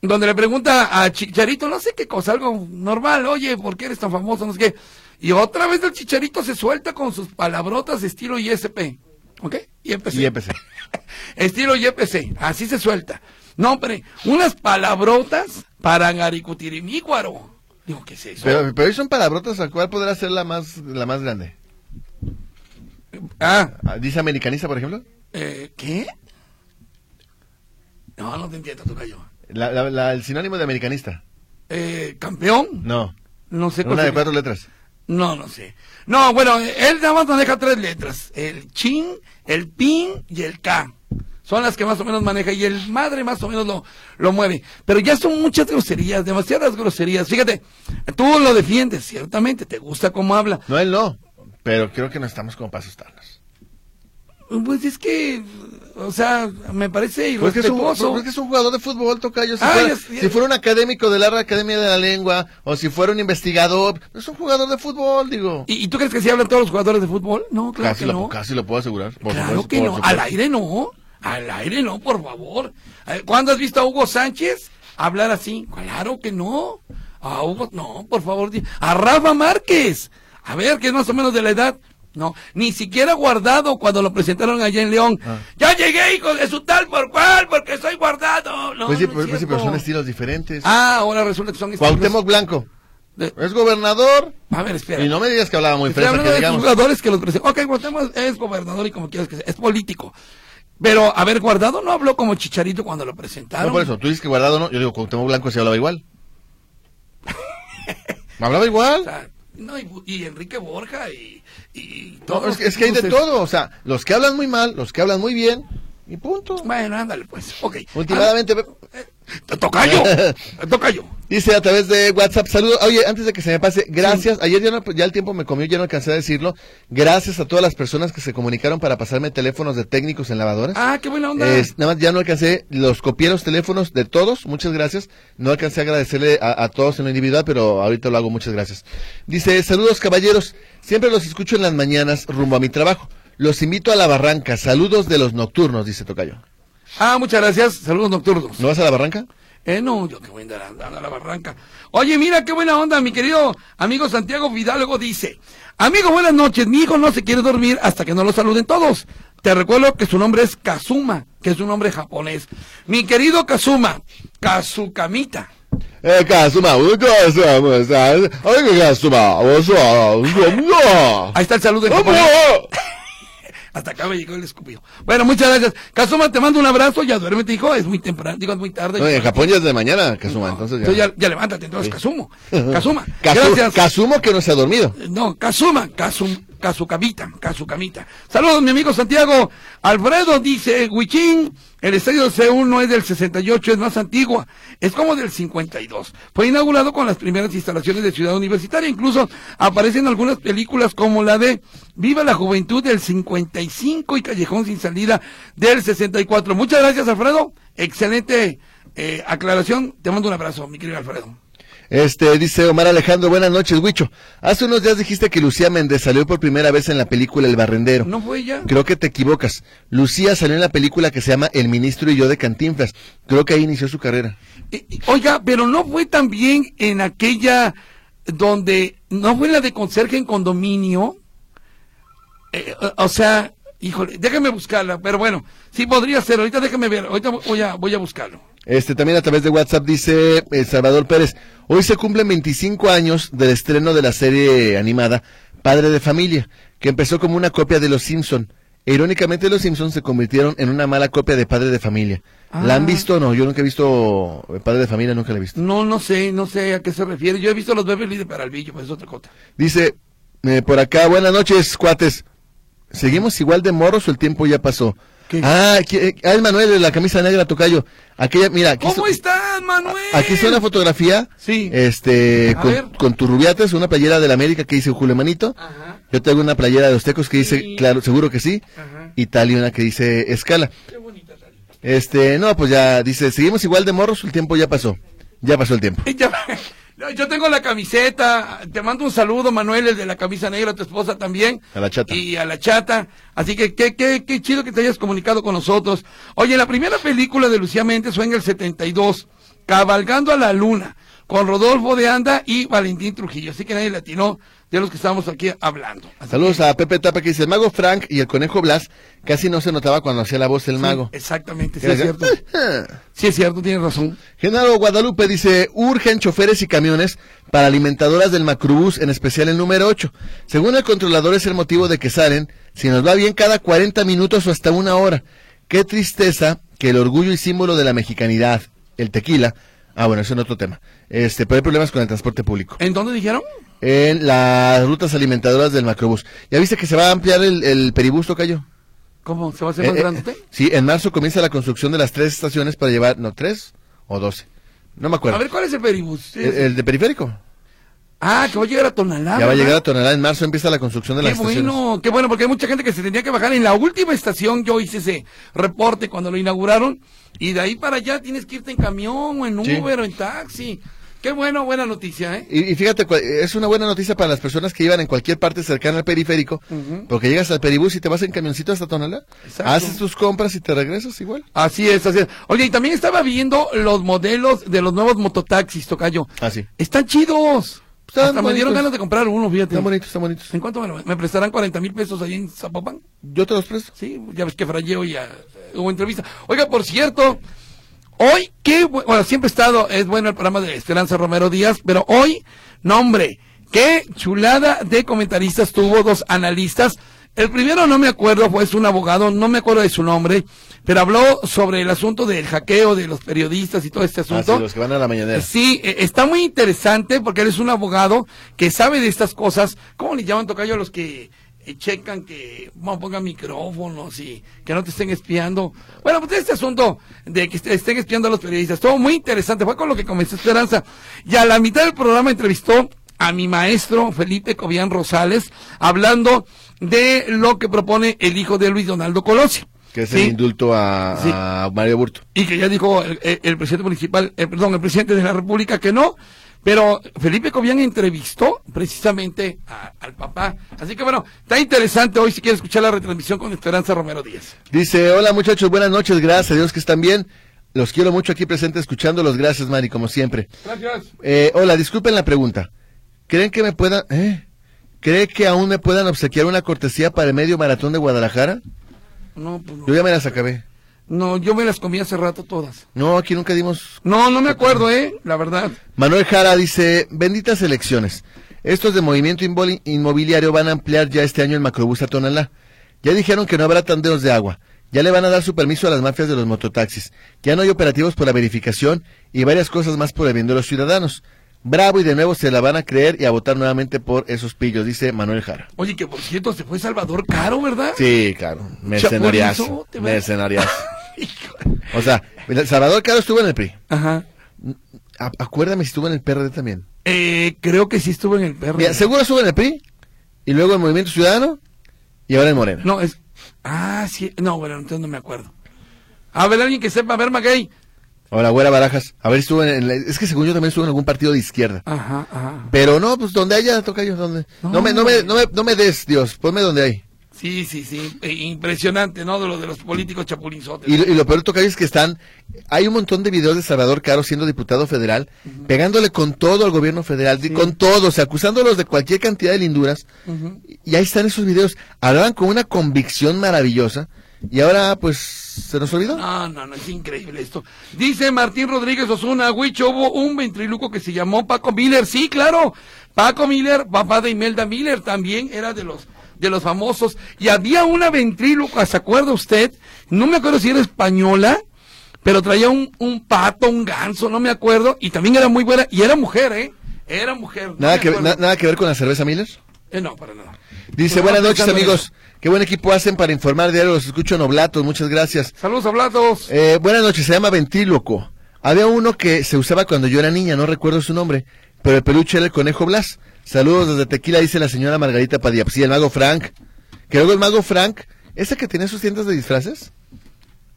[SPEAKER 1] Donde le pregunta a Chicharito, no sé qué cosa, algo normal, oye, ¿por qué eres tan famoso? No sé qué. Y otra vez el Chicharito se suelta con sus palabrotas estilo ISP. ¿Ok? Y empecé.
[SPEAKER 2] Y empecé.
[SPEAKER 1] Estilo YPC, así se suelta. No, hombre, unas palabrotas para Garicutirimícuaro. Digo, ¿qué es eso?
[SPEAKER 2] Pero, pero hoy son palabrotas, ¿a ¿cuál podrá ser la más, la más grande?
[SPEAKER 1] ah,
[SPEAKER 2] Ah, ¿Dice americanista, por ejemplo?
[SPEAKER 1] Eh, ¿Qué? No, no te entiendo, tú cayó.
[SPEAKER 2] La- la- la- el sinónimo de americanista.
[SPEAKER 1] Eh, ¿Campeón?
[SPEAKER 2] No.
[SPEAKER 1] No sé cuál
[SPEAKER 2] Una de
[SPEAKER 1] sería.
[SPEAKER 2] cuatro letras.
[SPEAKER 1] No, no sé. No, bueno, eh, él nada más maneja tres letras. El chin, el pin y el K. Son las que más o menos maneja y el madre más o menos lo, lo mueve. Pero ya son muchas groserías, demasiadas groserías. Fíjate, tú lo defiendes, ciertamente, te gusta cómo habla.
[SPEAKER 2] No, él no. Pero creo que no estamos como para asustarnos.
[SPEAKER 1] Pues es que, o sea, me parece
[SPEAKER 2] Pues que, es un,
[SPEAKER 1] irrespetuoso.
[SPEAKER 2] pues que es un jugador de fútbol, Tocayo. Si,
[SPEAKER 1] Ah,
[SPEAKER 2] fuera,
[SPEAKER 1] ya- ya-
[SPEAKER 2] si fuera un académico de la Real Academia de la Lengua, o si fuera un investigador, es un jugador de fútbol, digo.
[SPEAKER 1] ¿Y, y tú crees que si hablan todos los jugadores de fútbol? No, claro
[SPEAKER 2] casi,
[SPEAKER 1] que
[SPEAKER 2] lo,
[SPEAKER 1] no.
[SPEAKER 2] casi lo puedo asegurar. por
[SPEAKER 1] claro
[SPEAKER 2] supuesto,
[SPEAKER 1] que
[SPEAKER 2] por
[SPEAKER 1] no.
[SPEAKER 2] supuesto.
[SPEAKER 1] Al aire no. Al aire no, por favor. A ver, ¿Cuándo has visto a Hugo Sánchez hablar así? Claro que no. A Hugo, no, por favor. di- A Rafa Márquez. A ver, que es más o menos de la edad. No, ni siquiera guardado cuando lo presentaron allá en León.
[SPEAKER 2] Ah.
[SPEAKER 1] Ya llegué, hijo de su tal por cual, porque soy guardado. No,
[SPEAKER 2] Pues sí,
[SPEAKER 1] no es
[SPEAKER 2] pues- pues sí, pero
[SPEAKER 1] cierto.
[SPEAKER 2] son estilos diferentes.
[SPEAKER 1] Ah, ahora resulta que son estilos-
[SPEAKER 2] Cuauhtémoc Blanco
[SPEAKER 1] de-
[SPEAKER 2] es gobernador.
[SPEAKER 1] A ver, espera.
[SPEAKER 2] Y no me digas que hablaba muy
[SPEAKER 1] Estoy
[SPEAKER 2] fresa,
[SPEAKER 1] hablando
[SPEAKER 2] que
[SPEAKER 1] de
[SPEAKER 2] digamos.
[SPEAKER 1] jugadores que los presen- Ok, Cuauhtémoc es gobernador y como quieras que sea, es político. Pero, a ver, Guardado no habló como Chicharito cuando lo presentaron.
[SPEAKER 2] No, por eso, tú dices que guardado no. Yo digo, Cuauhtémoc Blanco sí hablaba igual. hablaba igual.
[SPEAKER 1] O sea, no, y, Bu- y Enrique Borja y, y
[SPEAKER 2] No,
[SPEAKER 1] todos
[SPEAKER 2] es, que, es que hay de
[SPEAKER 1] ustedes.
[SPEAKER 2] todo. O sea, los que hablan muy mal, los que hablan muy bien, y punto.
[SPEAKER 1] Bueno, ándale, pues. Ok.
[SPEAKER 2] Últimamente, ve-
[SPEAKER 1] Ah, Tocayo. Tocayo.
[SPEAKER 2] dice a través de WhatsApp, saludos. Oye, antes de que se me pase, gracias. Ayer ya, no- ya el tiempo me comió, ya no alcancé a decirlo. Gracias a todas las personas que se comunicaron para pasarme teléfonos de técnicos en lavadoras.
[SPEAKER 1] Ah, qué buena onda.
[SPEAKER 2] Es- nada más ya no alcancé, los copié los teléfonos de todos, muchas gracias. No alcancé a agradecerle a, a todos en lo individual, pero ahorita lo hago, muchas gracias. Dice, saludos caballeros, siempre los escucho en las mañanas rumbo a mi trabajo. Los invito a la barranca, saludos de los nocturnos, dice Tocayo.
[SPEAKER 1] Ah, muchas gracias. Saludos nocturnos.
[SPEAKER 2] ¿No vas a la barranca?
[SPEAKER 1] Eh, no, yo que voy a andar andando a la barranca. Oye, mira qué buena onda, mi querido amigo Santiago Fidalgo dice. Amigo, buenas noches. Mi hijo no se quiere dormir hasta que no lo saluden todos. Te recuerdo que su nombre es Kazuma, que es un nombre japonés. Mi querido Kazuma, Kazukamita.
[SPEAKER 2] Eh, Kazuma, uh, Kazuma, ¿sabes? Ay, Kazuma, vos sos, ¿cómo?
[SPEAKER 1] Ahí está el saludo en
[SPEAKER 2] ¿Cómo?
[SPEAKER 1] japonés. Hasta acá me llegó el escupido. Bueno, muchas gracias. Kazuma, te mando un abrazo. Ya duérmete, hijo. Es muy temprano, digo, es muy tarde.
[SPEAKER 2] No, en Japón ya es de mañana, Kazuma, entonces ya.
[SPEAKER 1] ya, levántate, entonces, Kazumo. Kazuma,
[SPEAKER 2] Kazu-
[SPEAKER 1] gracias.
[SPEAKER 2] Kazumo que no se ha dormido.
[SPEAKER 1] No, Kazuma, Kazum, Kazukamita, Kazukamita. Saludos, mi amigo Santiago. Alfredo dice, Huichín, el estadio C1 no es del 68, es más antigua, es como del 52. Fue inaugurado con las primeras instalaciones de Ciudad Universitaria, incluso aparecen algunas películas como la de Viva la Juventud del 55 y Callejón sin Salida del 64. Muchas gracias, Alfredo. Excelente eh, aclaración. Te mando un abrazo, mi querido Alfredo.
[SPEAKER 2] Este, dice Omar Alejandro, buenas noches, Huicho. Hace unos días dijiste que Lucía Méndez salió por primera vez en la película El Barrendero.
[SPEAKER 1] ¿No fue ya?
[SPEAKER 2] Creo que te equivocas. Lucía salió en la película que se llama El Ministro y yo de Cantinflas. Creo que ahí inició su carrera.
[SPEAKER 1] Eh, eh, Oiga, pero no fue también en aquella donde no fue la de conserje en condominio. Eh, o, o sea, híjole, déjame buscarla, pero bueno, sí podría ser. Ahorita déjame ver, ahorita voy a, voy a buscarlo.
[SPEAKER 2] Este, también a través de WhatsApp dice eh, Salvador Pérez, hoy se cumplen 25 años del estreno de la serie animada Padre de Familia, que empezó como una copia de Los Simpson. E, irónicamente Los Simpson se convirtieron en una mala copia de Padre de Familia. ¿La han
[SPEAKER 1] Ah.
[SPEAKER 2] visto o no? Yo nunca he visto eh, Padre de Familia, nunca la he visto.
[SPEAKER 1] No, no sé, no sé a qué se refiere. Yo he visto los bebés de Peralvillo, pues es otra cosa.
[SPEAKER 2] Dice, eh, por acá, buenas noches, cuates. ¿Seguimos igual de morros o el tiempo ya pasó?
[SPEAKER 1] ¿Qué?
[SPEAKER 2] Ah, aquí, eh, ah, es Manuel de la camisa negra, tocayo. Aquella, mira, aquí,
[SPEAKER 1] ¿Cómo
[SPEAKER 2] su-
[SPEAKER 1] estás, Manuel?
[SPEAKER 2] aquí está una fotografía.
[SPEAKER 1] Sí.
[SPEAKER 2] Este,
[SPEAKER 1] A ver.
[SPEAKER 2] con, con tus rubiates, una playera de la América que dice Julio Manito.
[SPEAKER 1] Ajá.
[SPEAKER 2] Yo tengo una playera de los tecos que dice,
[SPEAKER 1] Sí.
[SPEAKER 2] claro, seguro que sí.
[SPEAKER 1] Ajá.
[SPEAKER 2] Y tal y una que dice Escala.
[SPEAKER 1] Qué bonita tal.
[SPEAKER 2] Este, no, pues ya, dice, seguimos igual de morros, o el tiempo ya pasó. Ya pasó el tiempo.
[SPEAKER 1] Ya- no, Yo tengo la camiseta, te mando un saludo, Manuel, el de la camisa negra, a tu esposa también.
[SPEAKER 2] A la chata.
[SPEAKER 1] Y a la chata. Así que qué, qué, qué chido que te hayas comunicado con nosotros. Oye, la primera película de Lucía Méndez fue en el 72, Cabalgando a la Luna, con Rodolfo de Anda y Valentín Trujillo. Así que nadie latino de los que estamos aquí hablando. Así
[SPEAKER 2] Saludos a Pepe Tapa que dice, el mago Frank y el conejo Blas casi no se notaba cuando hacía la voz del
[SPEAKER 1] que-
[SPEAKER 2] mago.
[SPEAKER 1] Exactamente, sí es cierto. Sí es cierto, tienes razón.
[SPEAKER 2] Genaro Guadalupe dice, urgen choferes y camiones para alimentadoras del macrobús, en especial el número 8. Según el controlador es el motivo de que salen, si nos va bien, cada 40 minutos o hasta una hora. Qué tristeza que el orgullo y símbolo de la mexicanidad, el tequila, ah bueno, eso es otro tema, este, pero hay problemas con el transporte público.
[SPEAKER 1] ¿En dónde dijeron?
[SPEAKER 2] En las rutas alimentadoras del macrobús. ¿Ya viste que se va a ampliar el, el peribús, Tocayo?
[SPEAKER 1] ¿Cómo? ¿Se va a hacer más
[SPEAKER 2] Eh, eh,
[SPEAKER 1] grande?
[SPEAKER 2] sí, en marzo comienza la construcción de las tres estaciones para llevar, no, tres o doce. No me acuerdo.
[SPEAKER 1] A ver, ¿cuál es el peribus?
[SPEAKER 2] el, el de periférico.
[SPEAKER 1] Ah, que va a llegar a Tonalá.
[SPEAKER 2] Eh, Ya va a
[SPEAKER 1] ¿verdad?
[SPEAKER 2] llegar a Tonalá. En marzo empieza la construcción de
[SPEAKER 1] Qué
[SPEAKER 2] las estaciones.
[SPEAKER 1] bueno, qué bueno, porque hay mucha gente que se tenía que bajar en la última estación. Yo hice ese reporte cuando lo inauguraron. Y de ahí para allá tienes que irte en camión o en
[SPEAKER 2] Sí.
[SPEAKER 1] Uber o en taxi. Qué bueno, buena noticia, ¿eh?
[SPEAKER 2] Y, y fíjate, cua- es una buena noticia para las personas que iban en cualquier parte cercana al periférico, porque llegas al peribús y te vas en camioncito hasta Tonalá,
[SPEAKER 1] Exacto.
[SPEAKER 2] haces tus compras y te regresas igual.
[SPEAKER 1] Así es, así es. Oye, y también estaba viendo los modelos de los nuevos mototaxis, Tocayo.
[SPEAKER 2] Ah, sí.
[SPEAKER 1] Están chidos.
[SPEAKER 2] Están
[SPEAKER 1] Hasta me dieron
[SPEAKER 2] bonitos.
[SPEAKER 1] ganas de comprar uno, fíjate.
[SPEAKER 2] Están bonitos, están bonitos.
[SPEAKER 1] ¿En cuánto me, lo- me prestarán 40 mil pesos ahí en Zapopan?
[SPEAKER 2] Yo te los presto.
[SPEAKER 1] Sí, ya ves que Frayeo ya eh, hubo entrevista. Oiga, por cierto, hoy, qué bu- bueno, siempre he estado, es bueno el programa de Esperanza Romero Díaz, pero hoy, no hombre, qué chulada de comentaristas tuvo dos analistas. El primero no me acuerdo, pues un abogado, no me acuerdo de su nombre, pero habló sobre el asunto del hackeo de los periodistas y todo este
[SPEAKER 2] Ah,
[SPEAKER 1] asunto.
[SPEAKER 2] sí, los que van a la mañanera.
[SPEAKER 1] Sí, eh, está muy interesante porque eres un abogado que sabe de estas cosas. ¿Cómo le llaman tocayo a los que eh, checan que bueno, pongan micrófonos y que no te estén espiando? Bueno, pues este asunto de que est- estén espiando a los periodistas, todo muy interesante. Fue con lo que comenzó Esperanza. Y a la mitad del programa entrevistó a mi maestro Felipe Cobian Rosales hablando de lo que propone el hijo de Luis Donaldo Colosio.
[SPEAKER 2] Que es
[SPEAKER 1] Sí.
[SPEAKER 2] el indulto a,
[SPEAKER 1] Sí.
[SPEAKER 2] a Mario Burto.
[SPEAKER 1] y que ya dijo el, el- el presidente municipal, eh, perdón, el presidente de la República que no, pero Felipe Cobian entrevistó precisamente a- al papá. Así que bueno, está interesante hoy si quieres escuchar la retransmisión con Esperanza Romero Díaz.
[SPEAKER 2] Dice, hola muchachos, buenas noches, gracias a Dios que están bien. Los quiero mucho aquí presente escuchándolos, gracias Mari, como siempre.
[SPEAKER 1] Gracias.
[SPEAKER 2] Eh, hola, disculpen la pregunta. ¿Creen que me puedan... eh? ¿Cree que aún me puedan obsequiar una cortesía para el medio maratón de Guadalajara?
[SPEAKER 1] No, pues no.
[SPEAKER 2] Yo ya me las acabé.
[SPEAKER 1] No, yo me las comí hace rato todas.
[SPEAKER 2] No, aquí nunca dimos
[SPEAKER 1] No, no me acuerdo, ¿eh? La verdad.
[SPEAKER 2] Manuel Jara dice, benditas elecciones. Estos de Movimiento Involi- Inmobiliario van a ampliar ya este año el macrobús a Tonalá. Ya dijeron que no habrá tandeos de agua. Ya le van a dar su permiso a las mafias de los mototaxis. Ya no hay operativos por la verificación y varias cosas más por el bien de los ciudadanos. Bravo y de nuevo se la van a creer y a votar nuevamente por esos pillos, dice Manuel Jara.
[SPEAKER 1] Oye, que por cierto se fue Salvador Caro, ¿verdad?
[SPEAKER 2] Sí, claro. Mercenariazo.
[SPEAKER 1] Chapurizote, ¿verdad?
[SPEAKER 2] Mercenariazo. O sea, Salvador Caro estuvo en el PRI.
[SPEAKER 1] Ajá.
[SPEAKER 2] A- acuérdame si estuvo en el PRD también.
[SPEAKER 1] Eh, creo que sí estuvo en el perro.
[SPEAKER 2] Mira, seguro sube en el PRI, y luego en Movimiento Ciudadano, y ahora en Morena.
[SPEAKER 1] No, es. Ah, sí. No, bueno, entonces no me acuerdo. A ver, alguien que sepa, a ver, Magay.
[SPEAKER 2] Ahora, Güera Barajas. A ver, estuvo en. en la- es que según yo también estuvo en algún partido de izquierda.
[SPEAKER 1] Ajá, ajá.
[SPEAKER 2] Pero no, pues donde haya, toca yo. Donde... No,
[SPEAKER 1] No,
[SPEAKER 2] me, no, me, no, me, no me des, Dios. Ponme donde hay.
[SPEAKER 1] Sí, sí, sí. eh, impresionante, ¿no? De lo de los políticos chapulinzotes.
[SPEAKER 2] Y, lo- y lo peor, toca es que están. Hay un montón de videos de Salvador Caro siendo diputado federal, pegándole con todo al gobierno federal, di- con todo, o sea, acusándolos de cualquier cantidad de linduras. Y ahí están esos videos. Hablaban con una convicción maravillosa, y ahora, pues, se nos olvidó.
[SPEAKER 1] No, no, no, es increíble esto. Dice Martín Rodríguez Osuna, Huicho, hubo un ventriluco que se llamó Paco Miller. Sí, claro. Paco Miller, papá de Imelda Miller, también era de los de los famosos. Y había una ventríloca, ¿se acuerda usted? No me acuerdo si era española, pero traía un, un pato, un ganso, no me acuerdo. Y también era muy buena, y era mujer, ¿eh? Era mujer. no
[SPEAKER 2] Nada
[SPEAKER 1] me
[SPEAKER 2] que, ver-
[SPEAKER 1] acuerdo.
[SPEAKER 2] na- nada que ver con la cerveza Miller.
[SPEAKER 1] Eh, no, para nada.
[SPEAKER 2] Dice,
[SPEAKER 1] Estaba
[SPEAKER 2] buenas noches
[SPEAKER 1] pensando en
[SPEAKER 2] amigos.
[SPEAKER 1] eso.
[SPEAKER 2] Qué buen equipo hacen para informar diario. Los escucho en Oblatos. Muchas gracias.
[SPEAKER 1] Saludos, hablados.
[SPEAKER 2] Eh, buenas noches. Se llama Ventríloco. Había uno que se usaba cuando yo era niña. No recuerdo su nombre. Pero el peluche era el conejo Blas. Saludos desde Tequila, dice la señora Margarita Padilla. Pues Sí, el mago Frank. Que luego el mago Frank, ¿ese que tenía sus tiendas de disfraces?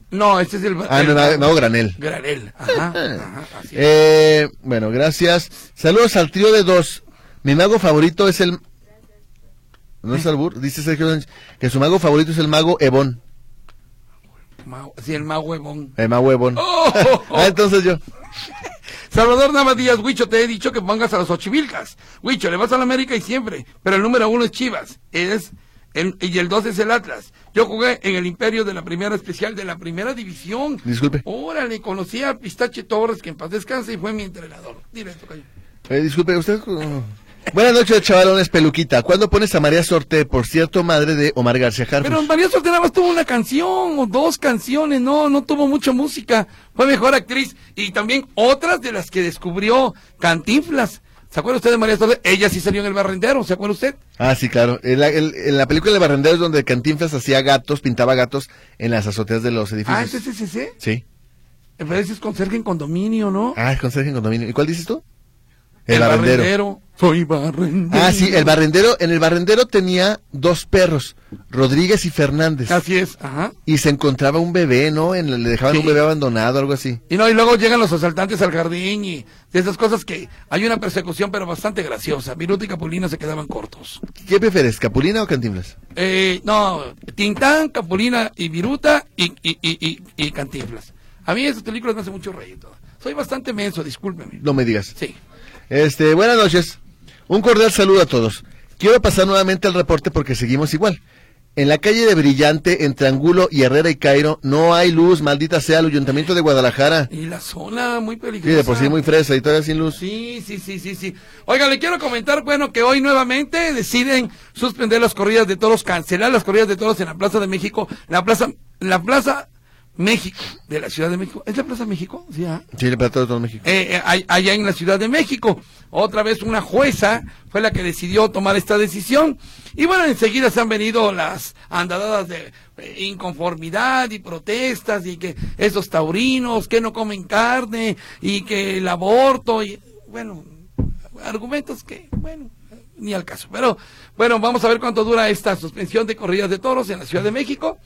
[SPEAKER 1] No, este es el.
[SPEAKER 2] Ah, no, el mago- el mago Granel.
[SPEAKER 1] Granel. Ajá, ajá, así es.
[SPEAKER 2] Eh, bueno, gracias. Saludos al trío de dos. Mi mago favorito es el. No es albur, dice Sergio Sánchez, que su mago favorito es el mago Ebon.
[SPEAKER 1] Ma- sí, el más huevón.
[SPEAKER 2] El mago Ebon.
[SPEAKER 1] Oh, oh, oh.
[SPEAKER 2] ah, entonces yo.
[SPEAKER 1] Salvador Navas Díaz, Huicho, te he dicho que pongas a los Ochivilcas. Huicho, le vas a la América y siempre, pero el número uno es Chivas. Es el- y el dos es el Atlas. Yo jugué en el Imperio de la Primera Especial, de la Primera División.
[SPEAKER 2] Disculpe.
[SPEAKER 1] Órale, conocí a Pistache Torres, que en paz descanse, y fue mi entrenador. Dile, tocayo.
[SPEAKER 2] Eh, disculpe, usted. oh. Buenas noches, chavalones, peluquita. ¿Cuándo pones a María Sorte, por cierto, madre de Omar García Harfus?
[SPEAKER 1] Pero María Sorte nada más tuvo una canción o dos canciones, no, no tuvo mucha música. Fue mejor actriz y también otras de las que descubrió Cantinflas. ¿Se acuerda usted de María Sorte? Ella sí salió en El Barrendero, ¿se acuerda usted?
[SPEAKER 2] Ah, sí, claro. En la, el- en la película de Barrenderos, donde Cantinflas hacía gatos, pintaba gatos en las azoteas de los edificios.
[SPEAKER 1] Ah, ese es ese, ese.
[SPEAKER 2] Sí.
[SPEAKER 1] Pero ese es conserje en condominio, ¿no?
[SPEAKER 2] Ah, es con Sergio en Condominio. ¿Y cuál dices tú?
[SPEAKER 1] Barrendero. Soy barrendero.
[SPEAKER 2] Ah, sí, el barrendero, en el barrendero tenía dos perros, Rodríguez y Fernández.
[SPEAKER 1] Así es, ajá.
[SPEAKER 2] Y se encontraba un bebé, ¿no? En, le dejaban
[SPEAKER 1] Sí.
[SPEAKER 2] un bebé abandonado, algo así.
[SPEAKER 1] Y no, y luego llegan los asaltantes al jardín y de esas cosas que hay una persecución, pero bastante graciosa. Viruta y Capulina se quedaban cortos.
[SPEAKER 2] ¿Qué prefieres, Capulina o Cantinflas?
[SPEAKER 1] Eh, no, Tintán, Capulina y Viruta y, y, y, y, y Cantinflas. A mí esas películas me hacen mucho reír. todo. Soy bastante menso, discúlpeme.
[SPEAKER 2] No me digas.
[SPEAKER 1] Sí.
[SPEAKER 2] Este, buenas noches. Un cordial saludo a todos. Quiero pasar nuevamente al reporte porque seguimos igual. En la calle de Brillante, entre Angulo y Herrera y Cairo, no hay luz, maldita sea, el ayuntamiento de Guadalajara.
[SPEAKER 1] Y la zona muy
[SPEAKER 2] Sí,
[SPEAKER 1] peligrosa.
[SPEAKER 2] de por sí muy fresa y todavía sin luz.
[SPEAKER 1] Sí, sí, sí, sí, sí. Oiga, le quiero comentar, bueno, que hoy nuevamente deciden suspender las corridas de toros, cancelar las corridas de toros en la Plaza de México, la Plaza, la Plaza México de la Ciudad de México. ¿Es la Plaza México? Sí, ah.
[SPEAKER 2] Sí, para todo, todo México.
[SPEAKER 1] Eh, eh, all- allá en la Ciudad de México. Otra vez una jueza fue la que decidió tomar esta decisión. Y bueno, enseguida se han venido las andadadas de eh, inconformidad y protestas y que esos taurinos que no comen carne y que el aborto y bueno, argumentos que bueno, ni al caso. Pero bueno, vamos a ver cuánto dura esta suspensión de corridas de toros en la Ciudad de México.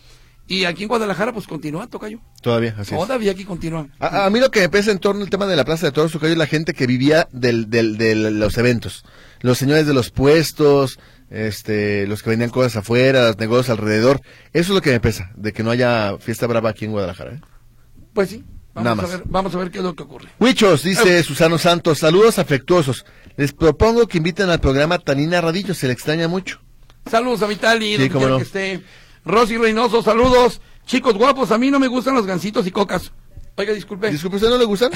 [SPEAKER 1] Y aquí en Guadalajara pues continúa, Tocayo.
[SPEAKER 2] Todavía, así es.
[SPEAKER 1] Todavía aquí continúa.
[SPEAKER 2] A, a mí lo que me pesa en torno al tema de la Plaza de Toros Tocayo es la gente que vivía del, del- de los eventos. Los señores de los puestos, este, los que vendían cosas afuera, los negocios alrededor. Eso es lo que me pesa, de que no haya fiesta brava aquí en Guadalajara. ¿eh?
[SPEAKER 1] Pues sí,
[SPEAKER 2] Nada
[SPEAKER 1] vamos a
[SPEAKER 2] más.
[SPEAKER 1] ver, vamos a ver qué es lo que ocurre.
[SPEAKER 2] Huichos, dice Susano Santos, saludos afectuosos. Les propongo que inviten al programa Tanina Radillo, se le extraña mucho.
[SPEAKER 1] Saludos a Vitali,
[SPEAKER 2] Sí,
[SPEAKER 1] donde
[SPEAKER 2] cómo
[SPEAKER 1] quiera
[SPEAKER 2] no.
[SPEAKER 1] que esté. Rosy Reynoso, saludos. Chicos guapos, a mí no me gustan los gancitos y cocas. Oiga, disculpe.
[SPEAKER 2] Disculpe, ¿usted no le gustan?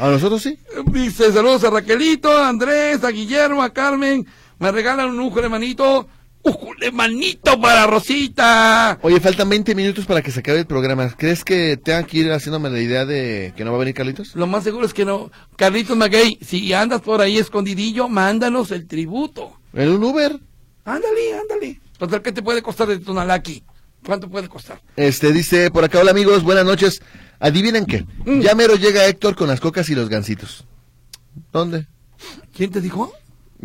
[SPEAKER 2] A nosotros sí.
[SPEAKER 1] Dice, saludos a Raquelito, a Andrés, a Guillermo, a Carmen. Me regalan un ujo de manito. Ujo de manito para Rosita.
[SPEAKER 2] Oye, faltan 20 minutos para que se acabe el programa. ¿Crees que tenga que ir haciéndome la idea de que no va a venir Carlitos?
[SPEAKER 1] Lo más seguro es que no. Carlitos Maguey, si andas por ahí escondidillo, mándanos el tributo.
[SPEAKER 2] En un Uber.
[SPEAKER 1] Ándale, ándale. Total, ¿qué te puede costar de Tonalaki? ¿Cuánto puede costar?
[SPEAKER 2] Este, dice por acá, hola amigos, buenas noches. Adivinen qué.
[SPEAKER 1] Mm.
[SPEAKER 2] Ya mero llega Héctor con las cocas y los gansitos. ¿Dónde?
[SPEAKER 1] ¿Quién te dijo?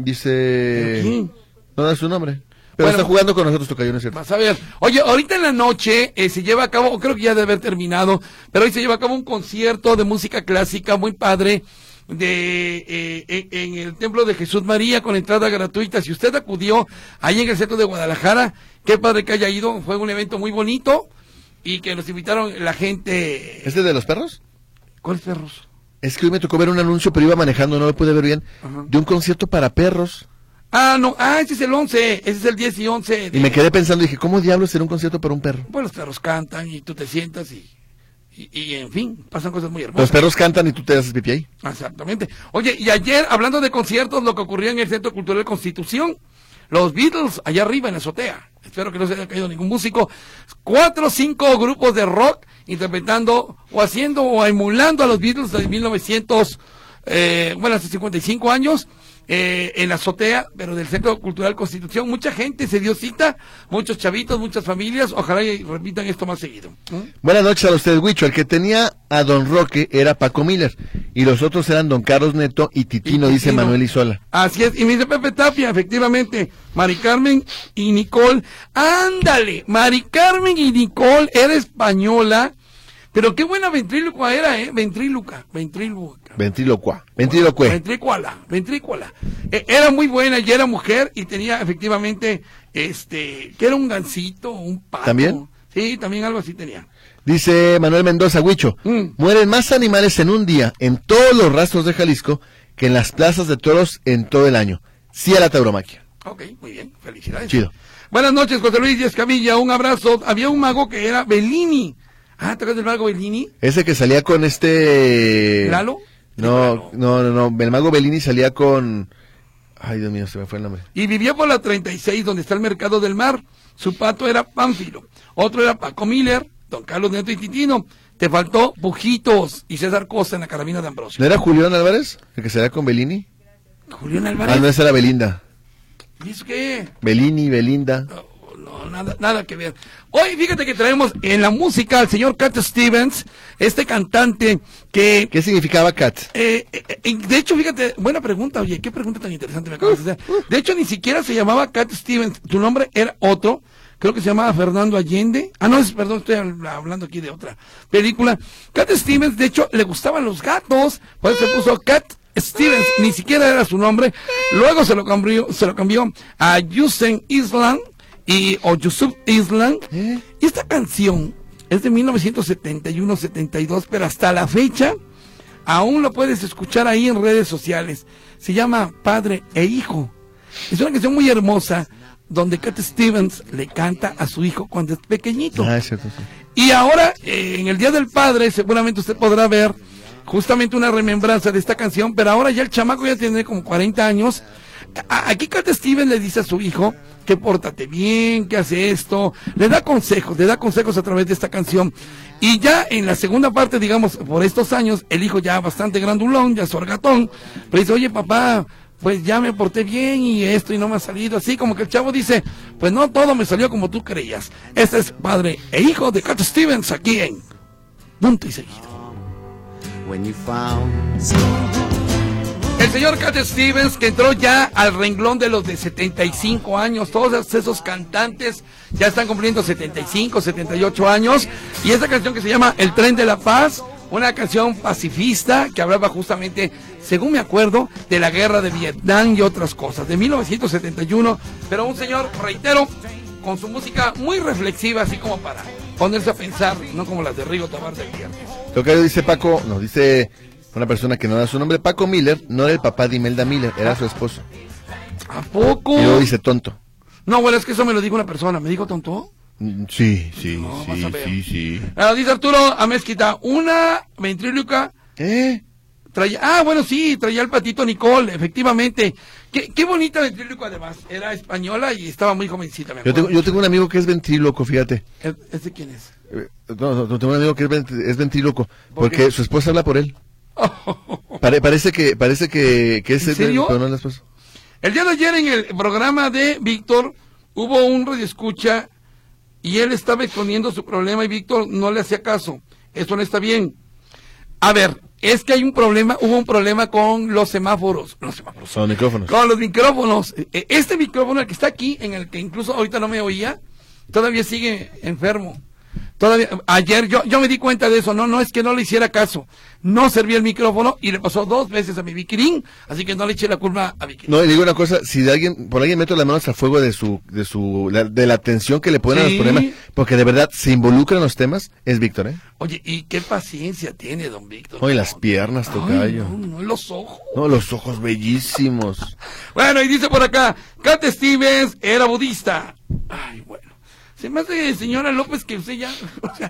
[SPEAKER 2] Dice...
[SPEAKER 1] ¿Pero quién?
[SPEAKER 2] No da su nombre. Pero
[SPEAKER 1] Bueno.
[SPEAKER 2] está jugando con nosotros, Tocayo, ¿no es cierto?
[SPEAKER 1] Vas a ver. Oye, ahorita en la noche eh, se lleva a cabo, creo que ya debe haber terminado, pero hoy se lleva a cabo un concierto de música clásica muy padre de eh, en, en el Templo de Jesús María con entrada gratuita. Si usted acudió ahí en el centro de Guadalajara, qué padre que haya ido. Fue un evento muy bonito y que nos invitaron la gente.
[SPEAKER 2] ¿Este de los perros?
[SPEAKER 1] ¿Cuáles perros?
[SPEAKER 2] Es que hoy me tocó ver un anuncio, pero iba manejando, no lo pude ver bien,
[SPEAKER 1] Ajá.
[SPEAKER 2] de un concierto para perros.
[SPEAKER 1] Ah, no, ah, ese es el 11, ese es el 10 y 11. de-
[SPEAKER 2] Y me quedé pensando, dije, ¿cómo diablos será un concierto para un perro?
[SPEAKER 1] Pues los perros cantan y tú te sientas y, y, y, en fin, pasan cosas muy hermosas.
[SPEAKER 2] Los perros cantan y tú te haces pipí ahí.
[SPEAKER 1] Exactamente. Oye, y ayer, hablando de conciertos, lo que ocurrió en el Centro Cultural Constitución, los Beatles allá arriba en la azotea. Espero que no se haya caído ningún músico. Cuatro o cinco grupos de rock interpretando o haciendo o emulando a los Beatles de 1900, eh, bueno, hace 55 años. eh, en la azotea, pero del Centro Cultural Constitución, mucha gente se dio cita, muchos chavitos, muchas familias, ojalá y repitan esto más seguido. ¿Mm?
[SPEAKER 2] Buenas noches a ustedes, Huicho. El que tenía a Don Roque era Paco Miller, y los otros eran Don Carlos Neto y Titino,
[SPEAKER 1] Y
[SPEAKER 2] dice
[SPEAKER 1] Titino.
[SPEAKER 2] Manuel Isola.
[SPEAKER 1] Así es, y me dice Pepe Tapia, efectivamente, Mari Carmen y Nicole, ándale, Mari Carmen y Nicole era española, pero qué buena ventrílocua era, eh, ventríluca, ventríluca.
[SPEAKER 2] Ventrílocua. Ventrílocue.
[SPEAKER 1] Ventrícuala, ventrícuala. Eh, era muy buena y era mujer y tenía efectivamente, este, que era un gancito, un pato.
[SPEAKER 2] ¿También?
[SPEAKER 1] Sí, también algo así tenía.
[SPEAKER 2] Dice Manuel Mendoza, Huicho.
[SPEAKER 1] Mm.
[SPEAKER 2] Mueren más animales en un día en todos los rastros de Jalisco que en las plazas de toros en todo el año. Sí a la tauromaquia.
[SPEAKER 1] Ok, muy bien, felicidades.
[SPEAKER 2] Chido.
[SPEAKER 1] Buenas noches, José Luis Díaz Camilla, un abrazo. Había un mago que era Bellini. Ah, ¿te acuerdas del mago Bellini?
[SPEAKER 2] Ese que salía con este.
[SPEAKER 1] ¿Lalo?
[SPEAKER 2] No, no, no, no. El mago Bellini salía con. Ay, Dios mío, se me fue el nombre.
[SPEAKER 1] Y vivía por la 36, donde está el mercado del mar. Su pato era Pánfilo. Otro era Paco Miller, Don Carlos Neto y Titino. Te faltó Pujitos y César Costa en la carabina de Ambrosio.
[SPEAKER 2] ¿No era Julián Álvarez? El que salía con Bellini.
[SPEAKER 1] Julián
[SPEAKER 2] Ah, no,
[SPEAKER 1] Álvarez.
[SPEAKER 2] esa era Belinda.
[SPEAKER 1] ¿Y eso qué?
[SPEAKER 2] Bellini, Belinda.
[SPEAKER 1] No, no, nada, nada que ver. Hoy fíjate que traemos en la música al señor Cat Stevens, este cantante que
[SPEAKER 2] ¿Qué significaba Cat?
[SPEAKER 1] eh, eh, eh, de hecho, fíjate, buena pregunta, oye, qué pregunta tan interesante me acabas de hacer. De hecho, ni siquiera se llamaba Cat Stevens, tu nombre era otro, creo que se llamaba Fernando Allende. Ah, no, es- perdón, estoy habl- hablando aquí de otra película. Cat Stevens, de hecho, le gustaban los gatos, por eso se puso Cat Stevens, ni siquiera era su nombre. Luego se lo cambió, se lo cambió a Yusen Island y, o Yusuf Island. Y esta canción es de 1971-72, pero hasta la fecha aún lo puedes escuchar ahí en redes sociales. Se llama Padre e Hijo. Es una canción muy hermosa donde Cat Stevens le canta a su hijo cuando es pequeñito.
[SPEAKER 2] Ah, es cierto, sí.
[SPEAKER 1] Y ahora, eh, en el Día del Padre, seguramente usted podrá ver justamente una remembranza de esta canción, pero ahora ya el chamaco ya tiene como 40 años. A- aquí Cat Stevens le dice a su hijo que pórtate bien, que hace esto, le da consejos, le da consejos a través de esta canción. Y ya en la segunda parte, digamos, por estos años, el hijo ya bastante grandulón, ya sorgatón, le dice, oye papá, pues ya me porté bien y esto y no me ha salido así, como que el chavo dice, pues no todo me salió como tú creías. Este es padre e hijo de Cat Stevens aquí en Punto y Seguido.
[SPEAKER 3] When you found
[SPEAKER 1] El señor Cat Stevens que entró ya al renglón de los de 75 años, todos esos cantantes ya están cumpliendo 75, 78 años y esta canción que se llama El tren de la paz, una canción pacifista que hablaba justamente, según me acuerdo, de la guerra de Vietnam y otras cosas, de 1971, pero un señor, reitero, con su música muy reflexiva, así como para ponerse a pensar, no como las de Rigo Tabar del viernes.
[SPEAKER 2] Tocayo dice Paco, nos dice una persona que no da su nombre, Paco Miller, no era el papá de Imelda Miller, era su esposo.
[SPEAKER 1] ¿A poco?
[SPEAKER 2] Y luego dice tonto.
[SPEAKER 1] No, bueno, es que eso me lo dijo una persona, me dijo tonto.
[SPEAKER 2] Mm, Sí, sí,
[SPEAKER 1] No, vas
[SPEAKER 2] sí,
[SPEAKER 1] a ver.
[SPEAKER 2] sí, sí.
[SPEAKER 1] Ah, dice Arturo Amezquita, una ventríloca
[SPEAKER 2] ¿Eh?
[SPEAKER 1] traía, ah, bueno, sí, traía el patito Nicole, efectivamente. Qué, qué bonita ventríloca además, era española y estaba muy jovencita, me
[SPEAKER 2] Yo
[SPEAKER 1] acuerdo.
[SPEAKER 2] tengo, yo tengo un amigo que es ventríloco, fíjate.
[SPEAKER 1] ¿E- ¿Este quién es?
[SPEAKER 2] Eh, No, no, no, tengo un amigo que es, vent- es ventríloco, porque
[SPEAKER 1] qué?
[SPEAKER 2] su esposa habla por él. Pare- parece que, parece que, que es
[SPEAKER 1] ¿En
[SPEAKER 2] el-
[SPEAKER 1] serio?
[SPEAKER 2] pero no es la esposa.
[SPEAKER 1] El día de ayer en el programa de Víctor hubo un radioescucha y él estaba exponiendo su problema y Víctor no le hacía caso. Eso no está bien. A ver, es que hay un problema, hubo un problema con los semáforos. Los semáforos.
[SPEAKER 2] Son micrófonos.
[SPEAKER 1] Con los micrófonos. Eh, eh, Este micrófono, el que está aquí, en el que incluso ahorita no me oía, todavía sigue enfermo. Todavía, ayer yo, yo me di cuenta de eso, no, no es que no le hiciera caso. No servía el micrófono y le pasó dos veces a mi Vikirín, así que no le eché la culpa a Vikirín.
[SPEAKER 2] No, y digo una cosa, si de alguien, por alguien meto las manos a fuego de su, de su, la- de la atención que le ponen
[SPEAKER 1] Sí.
[SPEAKER 2] a los problemas, porque de verdad se involucran los temas, es Víctor, ¿eh?
[SPEAKER 1] Oye, ¿y qué paciencia tiene don Víctor?
[SPEAKER 2] Oye, las piernas,
[SPEAKER 1] Ay,
[SPEAKER 2] tocayo.
[SPEAKER 1] no, no, los ojos.
[SPEAKER 2] No, los ojos bellísimos.
[SPEAKER 1] Bueno, y dice por acá, Cat Stevens era budista. Ay, bueno. Se me hace, señora López, que usted ya, o sea,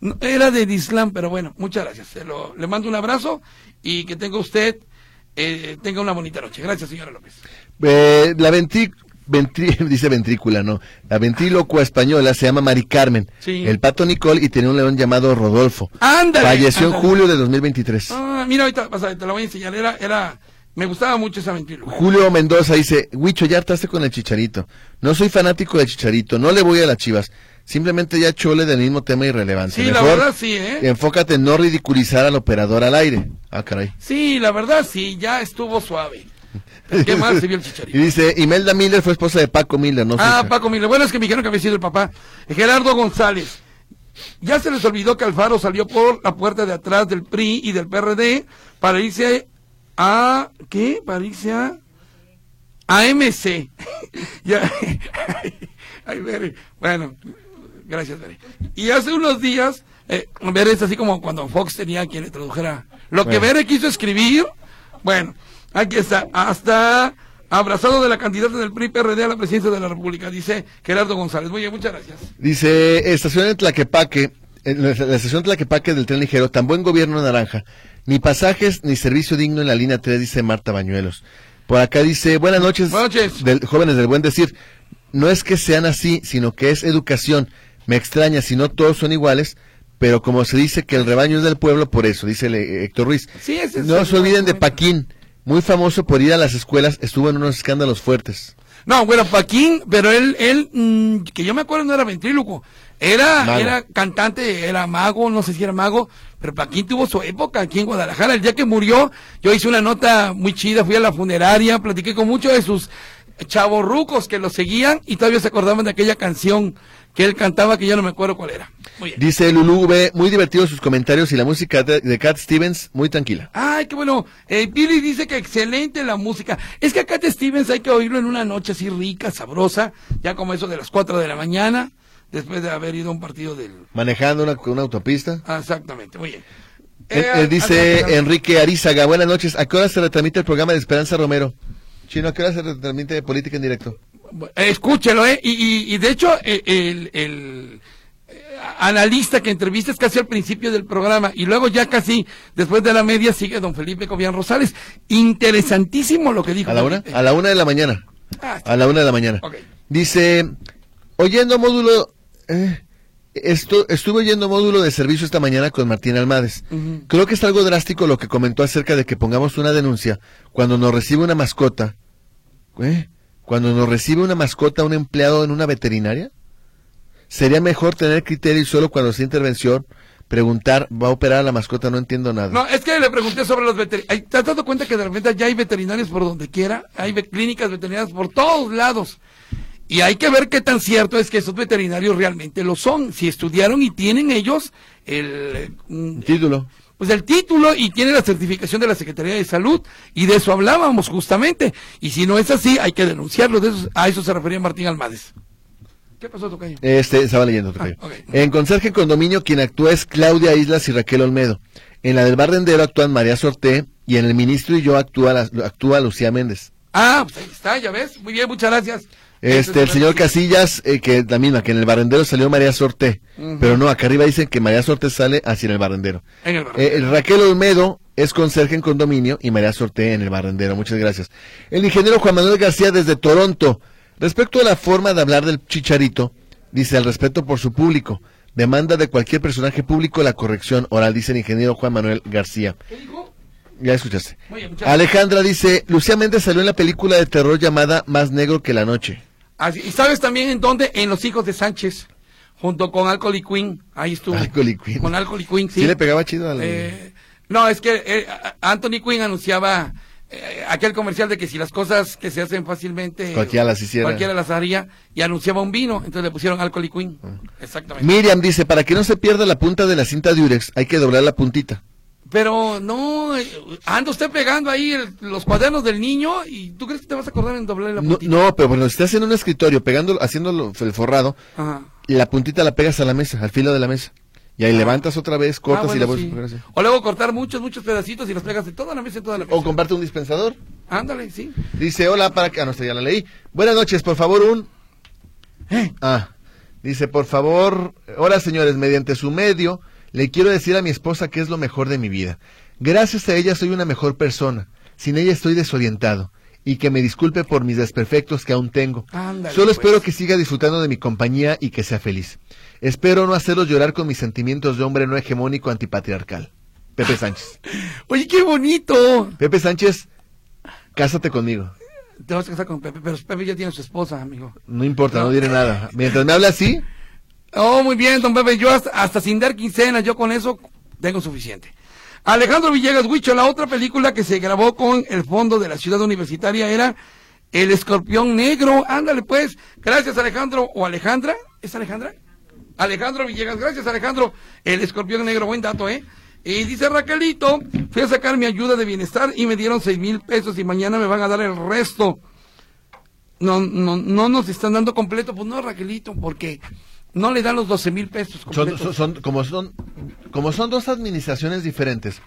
[SPEAKER 1] no, era del Islam, pero bueno, muchas gracias. Se lo- le mando un abrazo y que tenga usted, eh, tenga una bonita noche. Gracias, señora López.
[SPEAKER 2] Eh, la ventrí, ventrí- dice ventrícula, no. La ventrílocua española se llama Mari Carmen.
[SPEAKER 1] Sí.
[SPEAKER 2] El pato Nicole y tenía un león llamado Rodolfo.
[SPEAKER 1] Ándale.
[SPEAKER 2] Falleció en
[SPEAKER 1] ándale.
[SPEAKER 2] julio de 2023.
[SPEAKER 1] Ah, mira, ahorita vas a ver, te la voy a enseñar. Era, era, me gustaba mucho esa mentira.
[SPEAKER 2] Julio Mendoza dice, Huicho, ya hartaste con el chicharito. No soy fanático del chicharito, no le voy a las chivas. Simplemente ya chole del mismo tema irrelevante.
[SPEAKER 1] Sí, la
[SPEAKER 2] Mejor
[SPEAKER 1] verdad sí, ¿eh?
[SPEAKER 2] Enfócate en no ridiculizar al operador al aire. Ah, caray.
[SPEAKER 1] Sí, la verdad, sí, ya estuvo suave. Pero ¿Qué más se vio el
[SPEAKER 2] Y
[SPEAKER 1] chicharito?
[SPEAKER 2] dice, Imelda Miller fue esposa de Paco Miller, no su
[SPEAKER 1] Ah,
[SPEAKER 2] hija.
[SPEAKER 1] Paco Miller. Bueno, es que me dijeron que había sido el papá. Gerardo González. Ya se les olvidó que Alfaro salió por la puerta de atrás del PRI y del PRD para irse a... ¿Qué? Para irse a... AMC. ya. Ay, Bere. Bueno, gracias, Bere. Y hace unos días, eh, Bere es así como cuando Fox tenía quien le tradujera. Lo que
[SPEAKER 2] Bueno.
[SPEAKER 1] Bere quiso escribir, bueno, aquí está. Hasta abrazado de la candidata del PRI PRD a la presidencia de la República, dice Gerardo González. Muy bien, muchas gracias.
[SPEAKER 2] Dice, estación en Tlaquepaque, en la, la estación Tlaquepaque del tren ligero, tan buen gobierno naranja, ni pasajes ni servicio digno en la línea 3, dice Marta Bañuelos. Por acá dice, buenas noches,
[SPEAKER 1] Buenas noches.
[SPEAKER 2] del- jóvenes del buen decir. No es que sean así, sino que es educación. Me extraña si no todos son iguales, pero como se dice que el rebaño es del pueblo, por eso, dice el, eh, Héctor Ruiz.
[SPEAKER 1] Sí, ese es
[SPEAKER 2] no
[SPEAKER 1] el
[SPEAKER 2] se olviden de
[SPEAKER 1] argumento.
[SPEAKER 2] Paquín, muy famoso por ir a las escuelas, estuvo en unos escándalos fuertes.
[SPEAKER 1] No, bueno, Paquín, pero él, él, mm, que yo me acuerdo no era ventríloco. Era,
[SPEAKER 2] Mago.
[SPEAKER 1] era cantante, era mago, no sé si era mago, pero Paquín tuvo su época aquí en Guadalajara. El día que murió, yo hice una nota muy chida, fui a la funeraria, platiqué con muchos de sus chavorrucos que lo seguían y todavía se acordaban de aquella canción que él cantaba que ya no me acuerdo cuál era. Muy bien.
[SPEAKER 2] Dice Lulú V, muy divertidos sus comentarios y la música de, de Cat Stevens, muy tranquila.
[SPEAKER 1] Ay, qué bueno. Eh, Billy dice que excelente la música. Es que a Cat Stevens hay que oírlo en una noche así rica, sabrosa, ya como eso de las 4 de la mañana, después de haber ido a un partido del...
[SPEAKER 2] Manejando una, una autopista.
[SPEAKER 1] Ah, exactamente, muy bien.
[SPEAKER 2] Eh,
[SPEAKER 1] Eh,
[SPEAKER 2] eh, dice
[SPEAKER 1] ah, ah, ah,
[SPEAKER 2] Enrique Arizaga, buenas noches. ¿A qué hora se retransmite el programa de Esperanza Romero? Chino, ¿a qué hora se retransmite Política en Directo?
[SPEAKER 1] eh, Escúchelo, ¿eh? Y, y- y de hecho, eh, el, el, eh, analista que entrevistas casi al principio del programa y luego ya casi después de la media sigue don Felipe Cobian Rosales. Interesantísimo lo que dijo.
[SPEAKER 2] ¿A la una?
[SPEAKER 1] Felipe.
[SPEAKER 2] A la una de la mañana.
[SPEAKER 1] Ah, sí.
[SPEAKER 2] A la una de la mañana.
[SPEAKER 1] Ok.
[SPEAKER 2] Dice, oyendo módulo, eh, esto, estuve oyendo módulo de servicio esta mañana con Martín Almades.
[SPEAKER 1] Ujú.
[SPEAKER 2] Creo que es algo drástico lo que comentó acerca de que pongamos una denuncia cuando nos recibe una mascota. ¿Eh? Cuando nos recibe una mascota un empleado en una veterinaria. Sería mejor tener criterio y solo cuando sea intervención preguntar, ¿va a operar a la mascota? No entiendo nada.
[SPEAKER 1] No, es que le pregunté sobre los veterinarios. ¿Te has dado cuenta que de repente ya hay veterinarios por donde quiera? Hay ve- clínicas veterinarias por todos lados. Y hay que ver qué tan cierto es que esos veterinarios realmente lo son. Si estudiaron y tienen ellos el, eh, mm,
[SPEAKER 2] Título.
[SPEAKER 1] pues el título y tiene la certificación de la Secretaría de Salud y de eso hablábamos justamente. Y si no es así, hay que denunciarlo. De eso, a eso se refería Martín Almades. ¿Qué pasó, Tocayo?
[SPEAKER 2] Este, estaba leyendo. Tocayo.
[SPEAKER 1] Ah, ok.
[SPEAKER 2] En Conserje Condominio, quien actúa es Claudia Islas y Raquel Olmedo. En la del Barrendero actúan María Sorté y en El Ministro y yo actúa, la- actúa Lucía Méndez.
[SPEAKER 1] Ah, pues ahí está, ya ves. Muy bien, muchas gracias. Ese es
[SPEAKER 2] Este, el señor
[SPEAKER 1] análisis.
[SPEAKER 2] Casillas, eh, que la misma, que en el barrendero salió María Sorté. Pero no, acá arriba dicen que María Sorté sale hacia el barrendero.
[SPEAKER 1] En el barrendero.
[SPEAKER 2] Eh, el Raquel Olmedo es conserje en condominio y María Sorté en el barrendero. Muchas gracias. El ingeniero Juan Manuel García desde Toronto. Respecto a la forma de hablar del chicharito, dice el respeto por su público. Demanda de cualquier personaje público la corrección oral, dice el ingeniero Juan Manuel García.
[SPEAKER 1] ¿Qué dijo?
[SPEAKER 2] Ya escuchaste.
[SPEAKER 1] Muy bien, muchas gracias.
[SPEAKER 2] Alejandra dice, Lucía Méndez salió en la película de terror llamada Más Negro que la Noche.
[SPEAKER 1] Así- ¿Y sabes también en dónde? En Los Hijos de Sánchez, junto con Alcohol y Queen. Ahí estuvo.
[SPEAKER 2] Alcohol y Queen.
[SPEAKER 1] Con Alcohol y Queen, sí.
[SPEAKER 2] Sí le pegaba chido al-
[SPEAKER 1] Eh, no, es que eh, a- Anthony Quinn anunciaba eh, aquel comercial de que si las cosas que se hacen fácilmente...
[SPEAKER 2] Cualquiera las hiciera.
[SPEAKER 1] Cualquiera las haría. Y anunciaba un vino, entonces le pusieron Alcohol y Queen.
[SPEAKER 2] Ah.
[SPEAKER 1] Exactamente.
[SPEAKER 2] Miriam dice, para que no se pierda la punta de la cinta Durex, hay que doblar la puntita.
[SPEAKER 1] Pero no, eh, anda usted pegando ahí el- los cuadernos del niño y tú crees que te vas a acordar en doblar la
[SPEAKER 2] No,
[SPEAKER 1] puntita.
[SPEAKER 2] no, pero bueno, si estás en un escritorio pegando, haciéndolo el forrado,
[SPEAKER 1] Ajá.
[SPEAKER 2] la puntita la pegas a la mesa, al filo de la mesa. Y ahí levantas otra vez, cortas
[SPEAKER 1] Ah,
[SPEAKER 2] y la
[SPEAKER 1] bueno,
[SPEAKER 2] vuelves a
[SPEAKER 1] sí.
[SPEAKER 2] pegar así.
[SPEAKER 1] O luego cortar muchos, muchos pedacitos y los pegas en toda la mesa, en toda la mesa.
[SPEAKER 2] O comparte un dispensador.
[SPEAKER 1] Ándale, sí.
[SPEAKER 2] Dice, hola, para que... Ah, no, esta ya la leí. Buenas noches, por favor, un...
[SPEAKER 1] ¿Eh?
[SPEAKER 2] Ah, dice, por favor, hola señores, mediante su medio, le quiero decir a mi esposa que es lo mejor de mi vida. Gracias a ella soy una mejor persona. Sin ella estoy desorientado. Y que me disculpe por mis desperfectos que aún tengo.
[SPEAKER 1] Ándale,
[SPEAKER 2] Solo
[SPEAKER 1] pues.
[SPEAKER 2] espero que siga disfrutando de mi compañía y que sea feliz. Espero no hacerlos llorar con mis sentimientos de hombre no hegemónico antipatriarcal. Pepe Sánchez.
[SPEAKER 1] Oye, qué bonito.
[SPEAKER 2] Pepe Sánchez, cásate conmigo.
[SPEAKER 1] Te vas a casar con Pepe, pero Pepe ya tiene su esposa, amigo.
[SPEAKER 2] No importa, no diré nada. Mientras me habla así,
[SPEAKER 1] Oh, muy bien, don Pepe. Yo hasta, hasta sin dar quincena, yo con eso tengo suficiente. Alejandro Villegas Huicho, la otra película que se grabó con el fondo de la ciudad universitaria era El Escorpión Negro. Ándale, pues. Gracias, Alejandro. ¿O Alejandra? ¿Es Alejandra? Alejandro Villegas, gracias, Alejandro. El Escorpión Negro, buen dato, ¿eh? Y dice Raquelito, fui a sacar mi ayuda de bienestar y me dieron seis mil pesos y mañana me van a dar el resto no, no, no nos están dando completo, pues no, Raquelito, porque no le dan los 12 mil pesos
[SPEAKER 2] son,
[SPEAKER 1] completos.
[SPEAKER 2] son- son- como son como son dos administraciones diferentes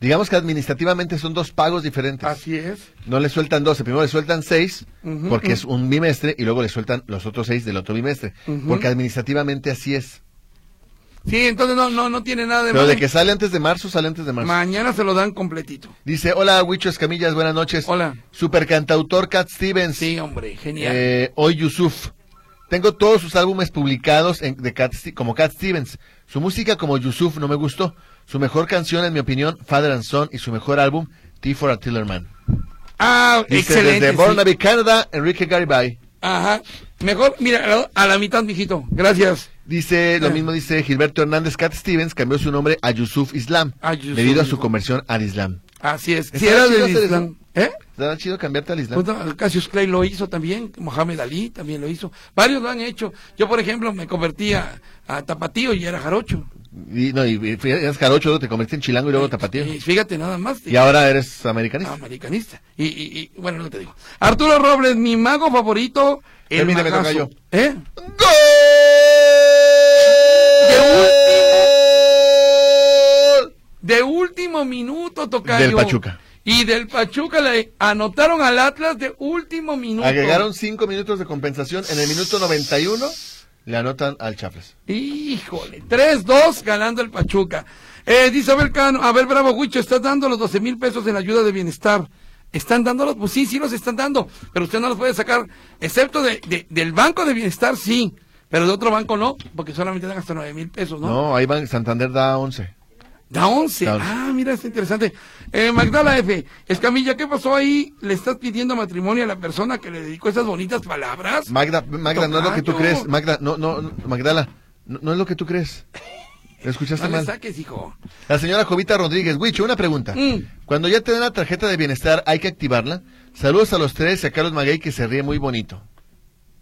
[SPEAKER 2] digamos que administrativamente son dos pagos diferentes
[SPEAKER 1] Así es.
[SPEAKER 2] no le sueltan 12, primero le sueltan 6
[SPEAKER 1] Ujú,
[SPEAKER 2] porque es un bimestre y luego le sueltan los otros 6 del otro bimestre
[SPEAKER 1] Ujú.
[SPEAKER 2] porque administrativamente así es
[SPEAKER 1] Sí, entonces no, no, no tiene nada de
[SPEAKER 2] pero
[SPEAKER 1] malo.
[SPEAKER 2] de que sale antes de marzo sale antes de marzo
[SPEAKER 1] Mañana se lo dan completito.
[SPEAKER 2] dice hola Huicho Escamillas buenas noches
[SPEAKER 1] Hola.
[SPEAKER 2] super cantautor Cat Stevens
[SPEAKER 1] Sí, hombre, genial.
[SPEAKER 2] Eh, hoy Yusuf. Tengo todos sus álbumes publicados en- de Cat, Ste- como Cat Stevens. Su música como Yusuf no me gustó. Su mejor canción, en mi opinión, Father and Son, y su mejor álbum, T for a Tillerman.
[SPEAKER 1] Ah,
[SPEAKER 2] Dice,
[SPEAKER 1] excelente.
[SPEAKER 2] desde
[SPEAKER 1] sí.
[SPEAKER 2] Burnaby, Canadá, Enrique Garibay.
[SPEAKER 1] Ajá. Mejor, mira, a la, a la mitad, mijito. Gracias.
[SPEAKER 2] Dice, lo
[SPEAKER 1] Ah.
[SPEAKER 2] mismo dice Gilberto Hernández Cat Stevens, cambió su nombre a Yusuf Islam,
[SPEAKER 1] A Yusuf
[SPEAKER 2] debido a su
[SPEAKER 1] Islam.
[SPEAKER 2] conversión al Islam.
[SPEAKER 1] Así es. Si
[SPEAKER 2] Estaba
[SPEAKER 1] era
[SPEAKER 2] chido
[SPEAKER 1] del
[SPEAKER 2] hacer
[SPEAKER 1] Islam. ¿Eh?
[SPEAKER 2] ¿Estaba chido cambiarte al Islam?
[SPEAKER 1] Pues no, Cassius Clay lo hizo también, Mohamed Ali también lo hizo. Varios lo han hecho. Yo, por ejemplo, me convertí a, a Tapatío y era jarocho.
[SPEAKER 2] Y, no, y y fui- eras jarocho, luego te convertiste en chilango y luego tapatío.
[SPEAKER 1] Y fíjate nada más.
[SPEAKER 2] Y ahora eres americanista.
[SPEAKER 1] Ah, Americanista. Y, y, y, bueno, no te digo. Arturo Robles, mi mago favorito. El
[SPEAKER 2] Termina, me toca
[SPEAKER 1] magazo.
[SPEAKER 2] yo.
[SPEAKER 1] ¿Eh?
[SPEAKER 2] ¡Gol!
[SPEAKER 1] De último minuto tocayo.
[SPEAKER 2] Del Pachuca.
[SPEAKER 1] Y del Pachuca le anotaron al Atlas de último minuto.
[SPEAKER 2] Agregaron cinco minutos de compensación. En el minuto 91 le anotan al Chafles.
[SPEAKER 1] Híjole, 3-2 ganando el Pachuca. Eh, dice Abel Cano, a ver, Bravo Huicho, estás dando los 12 mil pesos en ayuda de bienestar. ¿Están dándolos? Pues sí, sí los están dando, pero usted no los puede sacar, excepto de, de- del banco de bienestar, sí, pero de otro banco no, porque solamente dan hasta 9 mil pesos, ¿no?
[SPEAKER 2] No, ahí van, Santander da 11.
[SPEAKER 1] Da 11.
[SPEAKER 2] Da 11.
[SPEAKER 1] Ah, mira, está interesante. Eh, Magdala F. Escamilla, ¿qué pasó ahí? ¿Le estás pidiendo matrimonio a la persona que le dedicó esas bonitas palabras?
[SPEAKER 2] Magda, Magda, no es lo que tú
[SPEAKER 1] Tocayo.
[SPEAKER 2] crees. Magda, no, no, no, Magdala, no, no es lo que tú crees. ¿Lo escuchaste
[SPEAKER 1] no le
[SPEAKER 2] mal?
[SPEAKER 1] saques, hijo.
[SPEAKER 2] La señora Jovita Rodríguez, Huicho, una pregunta.
[SPEAKER 1] Mm.
[SPEAKER 2] Cuando ya te dan la tarjeta de bienestar, ¿hay que activarla? Saludos a los tres y a Carlos Maguey que se ríe muy bonito.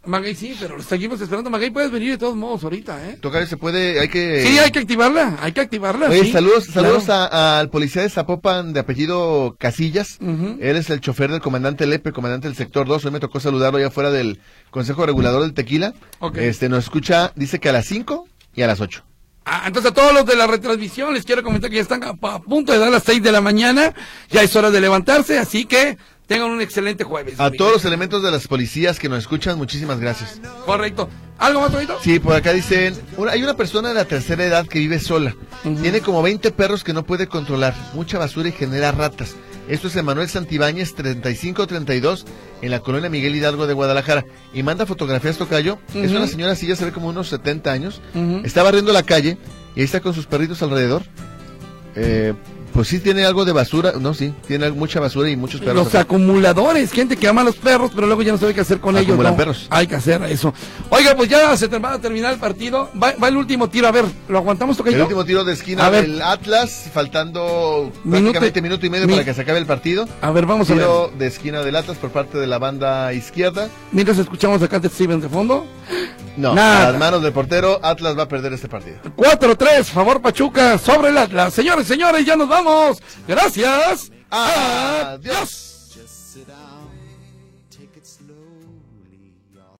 [SPEAKER 1] Magay sí, pero lo seguimos esperando. Magay, puedes venir de todos modos ahorita, ¿eh?
[SPEAKER 2] Tocayo, se puede, hay que...
[SPEAKER 1] Sí, hay que activarla, hay que activarla.
[SPEAKER 2] Eh, Oye,
[SPEAKER 1] sí,
[SPEAKER 2] saludos,
[SPEAKER 1] claro.
[SPEAKER 2] saludos a- al policía de Zapopan de apellido Casillas.
[SPEAKER 1] Ujú.
[SPEAKER 2] Él es el chofer del comandante Lepe, comandante del sector 2. Hoy me tocó saludarlo allá afuera del Consejo Regulador del Tequila.
[SPEAKER 1] Ok.
[SPEAKER 2] Este nos escucha, dice que a las 5 y a las 8.
[SPEAKER 1] Ah, entonces a todos los de la retransmisión les quiero comentar que ya están a, a punto de dar las 6 de la mañana, ya es hora de levantarse, así que tengan un excelente jueves.
[SPEAKER 2] A
[SPEAKER 1] amigos.
[SPEAKER 2] todos los elementos de las policías que nos escuchan, muchísimas gracias.
[SPEAKER 1] Correcto. ¿Algo más, bonito?
[SPEAKER 2] Sí, por acá dicen, una- hay una persona de la tercera edad que vive sola. Tiene como 20 perros que no puede controlar, mucha basura y genera ratas. Esto es Emanuel Santibáñez 3532 en la colonia Miguel Hidalgo de Guadalajara. Y manda fotografías, Tocayo. Es
[SPEAKER 1] Ujú.
[SPEAKER 2] una señora así, ya se ve como unos 70 años.
[SPEAKER 1] Ujú.
[SPEAKER 2] Está barriendo la calle y ahí está con sus perritos alrededor. Eh, pues sí, tiene algo de basura. No, sí, tiene mucha basura y muchos perros.
[SPEAKER 1] Los acumuladores, gente que ama a los perros, pero luego ya no sabe qué hacer con ellos.
[SPEAKER 2] Acumulan
[SPEAKER 1] no.
[SPEAKER 2] perros.
[SPEAKER 1] Hay que hacer eso. Oiga, pues ya se ter- va a terminar el partido. Va, va el último tiro. A ver, ¿lo aguantamos, Tocayo?
[SPEAKER 2] El último tiro de esquina
[SPEAKER 1] A ver.
[SPEAKER 2] del Atlas, faltando
[SPEAKER 1] Minuto y-
[SPEAKER 2] prácticamente minuto y medio
[SPEAKER 1] mi-
[SPEAKER 2] para que se acabe el partido.
[SPEAKER 1] A ver, vamos a ver.
[SPEAKER 2] Tiro de esquina del Atlas por parte de la banda izquierda.
[SPEAKER 1] Mientras escuchamos acá de Steven de fondo.
[SPEAKER 2] No,
[SPEAKER 1] Nada.
[SPEAKER 2] a las manos del portero, Atlas va a perder este partido.
[SPEAKER 1] 4-3, favor Pachuca, sobre el Atlas. Señores, señores, ya nos vamos. Gracias.
[SPEAKER 2] Adiós.
[SPEAKER 1] Adiós.
[SPEAKER 3] Just sit down.